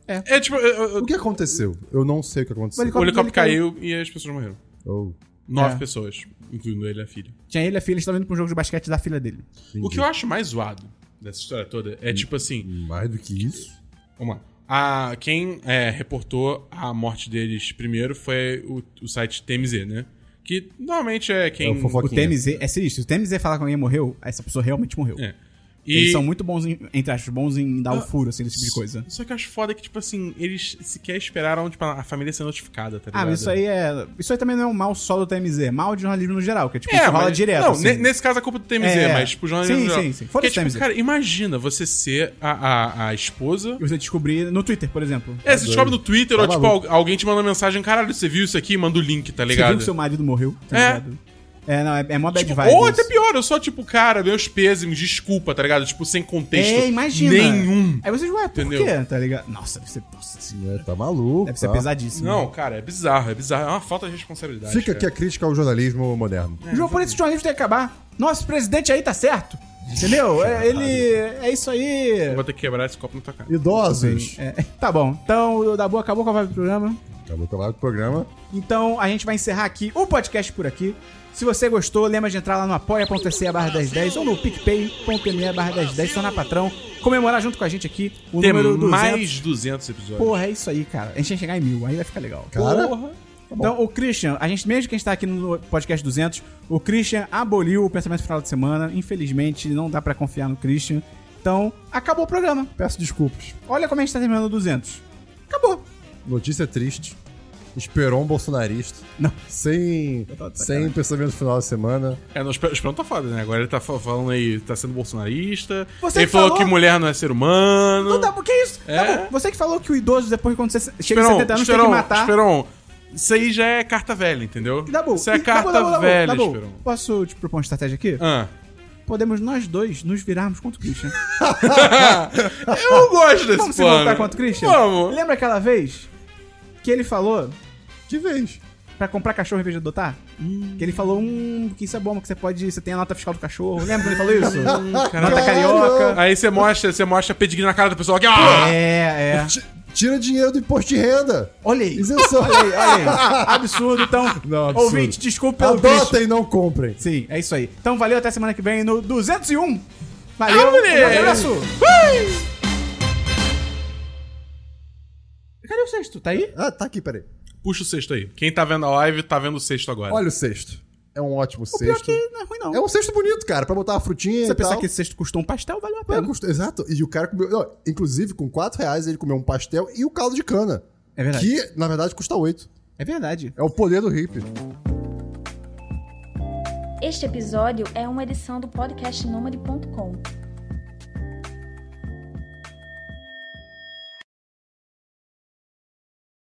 Speaker 3: É tipo, eu- eu- eu-
Speaker 2: O que aconteceu? Eu não sei o que aconteceu.
Speaker 1: Ele-
Speaker 3: o helicóptero caiu e as pessoas morreram.
Speaker 2: Oh,
Speaker 3: Nove
Speaker 1: É.
Speaker 3: pessoas, incluindo ele e a filha.
Speaker 1: Tinha ele e a filha, eles estavam indo pra um jogo de basquete da filha dele.
Speaker 2: entendi.
Speaker 3: O que eu acho mais zoado dessa história toda
Speaker 1: Hum.
Speaker 3: é tipo assim.
Speaker 2: Mais do que isso?
Speaker 3: Vamos lá. A, quem é, reportou a morte deles primeiro foi o, o site TMZ, né? Que normalmente é quem.
Speaker 2: É o fofoca-
Speaker 1: O
Speaker 2: Foquinha.
Speaker 1: TMZ é sinistro. Se o TMZ falar que alguém morreu, essa pessoa realmente morreu.
Speaker 3: É.
Speaker 1: Eles
Speaker 3: E-
Speaker 1: são muito bons, em, entre aspas, bons em dar o
Speaker 3: Ah,
Speaker 1: furo, assim, desse tipo de coisa.
Speaker 3: Só que eu acho foda que, tipo assim, eles sequer esperaram tipo, a família ser notificada, tá ligado?
Speaker 1: Ah, mas isso aí é. Isso aí também não é um mal só do TMZ, é mal de jornalismo no geral, que é tipo,
Speaker 3: É,
Speaker 1: isso rola
Speaker 3: mas-
Speaker 1: direto.
Speaker 3: Não,
Speaker 1: assim.
Speaker 3: ne- nesse caso é culpa do TMZ,
Speaker 1: É, é.
Speaker 3: mas, tipo, o jornalismo.
Speaker 1: Sim,
Speaker 3: no geral.
Speaker 1: sim, sim. Fora
Speaker 3: Porque,
Speaker 1: do
Speaker 3: tipo,
Speaker 1: TMZ.
Speaker 3: cara, imagina você ser a, a, a esposa.
Speaker 1: E você descobrir no Twitter, por exemplo.
Speaker 3: É, você descobre no Twitter,
Speaker 2: Tá
Speaker 3: ou tipo,
Speaker 2: maluco.
Speaker 3: al- alguém te manda uma mensagem, caralho, você viu isso aqui? Manda o link, tá
Speaker 1: Você viu
Speaker 3: ligado?
Speaker 1: que seu marido morreu, tá
Speaker 3: É.
Speaker 1: ligado? É, não, é, é mó bad
Speaker 3: Tipo,
Speaker 1: vibe.
Speaker 3: ou
Speaker 1: isso.
Speaker 3: até pior, eu só, tipo, cara, meus pêsames, desculpa, tá ligado? Tipo, sem contexto
Speaker 1: É, imagina.
Speaker 3: nenhum.
Speaker 1: Aí vocês, ué, por
Speaker 3: Entendeu?
Speaker 1: quê? Tá ligado? Nossa, deve ser, nossa, senhora,
Speaker 2: É, tá maluco.
Speaker 1: deve ser
Speaker 2: tá.
Speaker 1: pesadíssimo.
Speaker 3: Não, cara, é bizarro, é bizarro. É uma falta de responsabilidade.
Speaker 2: Fica
Speaker 1: é.
Speaker 3: cara.
Speaker 2: aqui a crítica ao jornalismo moderno.
Speaker 1: João, por isso o jornalismo tem que acabar. Nosso presidente aí tá certo. Entendeu? É, ele. É isso aí.
Speaker 3: Eu Vou ter que quebrar esse copo na tua cara.
Speaker 2: Idosos. tá
Speaker 1: É, tá bom. Então, o Dabu acabou com a vibe do programa.
Speaker 2: Acabou com o programa.
Speaker 1: Então a gente vai encerrar aqui o podcast por aqui. Se você gostou, lembra de entrar lá no apoia.se barra 1010 ou no picpay.me barra 1010, se tornar patrão, comemorar junto com a gente aqui o
Speaker 3: Tem
Speaker 1: número 200.
Speaker 3: mais 200 episódios.
Speaker 1: Porra, é isso aí, cara. A gente vai chegar em mil, aí vai ficar legal.
Speaker 2: Cara,
Speaker 1: tá Então, o Christian, a gente, mesmo que a gente tá aqui no podcast 200, o Christian aboliu o pensamento final de semana. Infelizmente, não dá pra confiar no Christian. Então, acabou o programa.
Speaker 2: peço desculpas.
Speaker 1: Olha como a gente tá terminando o 200. Acabou.
Speaker 2: Notícia triste. Esperou um bolsonarista.
Speaker 1: Não.
Speaker 2: Sem,
Speaker 1: tô de
Speaker 2: sem pensamento final de semana.
Speaker 3: É, não, o Esperão- o Esperão tá foda, né? Agora ele tá fa- falando aí, tá sendo bolsonarista.
Speaker 1: Você
Speaker 3: ele
Speaker 1: que
Speaker 3: falou,
Speaker 1: falou?
Speaker 3: que mulher não é ser humano.
Speaker 1: Não dá, porque é isso. Tá
Speaker 3: É.
Speaker 1: bom, você que falou que o idoso, depois quando você chega
Speaker 3: Esperão,
Speaker 1: em 70 anos,
Speaker 3: Esperão,
Speaker 1: tem que matar.
Speaker 3: Esperão, isso aí já é carta velha, entendeu?
Speaker 1: Dá bom.
Speaker 3: Isso é
Speaker 1: Ih, tá
Speaker 3: carta
Speaker 1: bom, tá bom, tá bom,
Speaker 3: velha,
Speaker 1: tá bom.
Speaker 3: Esperão.
Speaker 1: Posso te propor uma estratégia aqui?
Speaker 3: Ah. <laughs>
Speaker 1: Podemos nós dois nos virarmos contra o Christian.
Speaker 3: Eu gosto desse
Speaker 1: Vamos se
Speaker 3: plano.
Speaker 1: voltar contra o Christian?
Speaker 3: Vamos.
Speaker 1: Lembra aquela vez que ele falou
Speaker 2: Que vez.
Speaker 1: pra comprar cachorro em vez de adotar? Que ele falou, hum, que isso é bom, que você pode. Você tem a nota fiscal do cachorro. Lembra quando ele falou
Speaker 2: <laughs>
Speaker 1: isso?
Speaker 2: Hum,
Speaker 3: caralho.
Speaker 1: nota carioca.
Speaker 3: Aí você mostra, você mostra pedigree na cara do pessoal aqui, ó.
Speaker 1: É, é.
Speaker 2: Ti- Tira dinheiro do imposto de renda.
Speaker 1: Olha aí.
Speaker 2: Isenção.
Speaker 1: Olha aí, olha aí. Absurdo, então.
Speaker 2: <laughs> Não, absurdo.
Speaker 1: Ouvinte, desculpa pelo Christian.
Speaker 2: Adotem e não comprem.
Speaker 1: Sim, é isso aí. Então valeu, até semana que vem no 201. Valeu,
Speaker 3: Ah, moleque.
Speaker 1: um abraço. Cadê o sexto? Tá aí?
Speaker 2: Ah, tá aqui, peraí.
Speaker 3: Puxa o sexto aí. Quem tá vendo a live tá vendo o sexto agora.
Speaker 2: Olha o sexto. É um ótimo
Speaker 1: O pior
Speaker 2: sexto.
Speaker 1: que não é ruim, não.
Speaker 2: É um sexto bonito, cara, pra botar uma frutinha
Speaker 1: Se você
Speaker 2: e tal.
Speaker 1: pensar que esse sexto custou um pastel, valeu a
Speaker 2: É,
Speaker 1: pena.
Speaker 2: custo- Exato. E o cara comeu. não, inclusive, com 4 reais ele comeu um pastel e o caldo de cana.
Speaker 1: É verdade.
Speaker 2: Que, na verdade, custa 8.
Speaker 1: É verdade.
Speaker 2: É o poder do hippie.
Speaker 5: Este episódio é uma edição do podcast Nômade.com.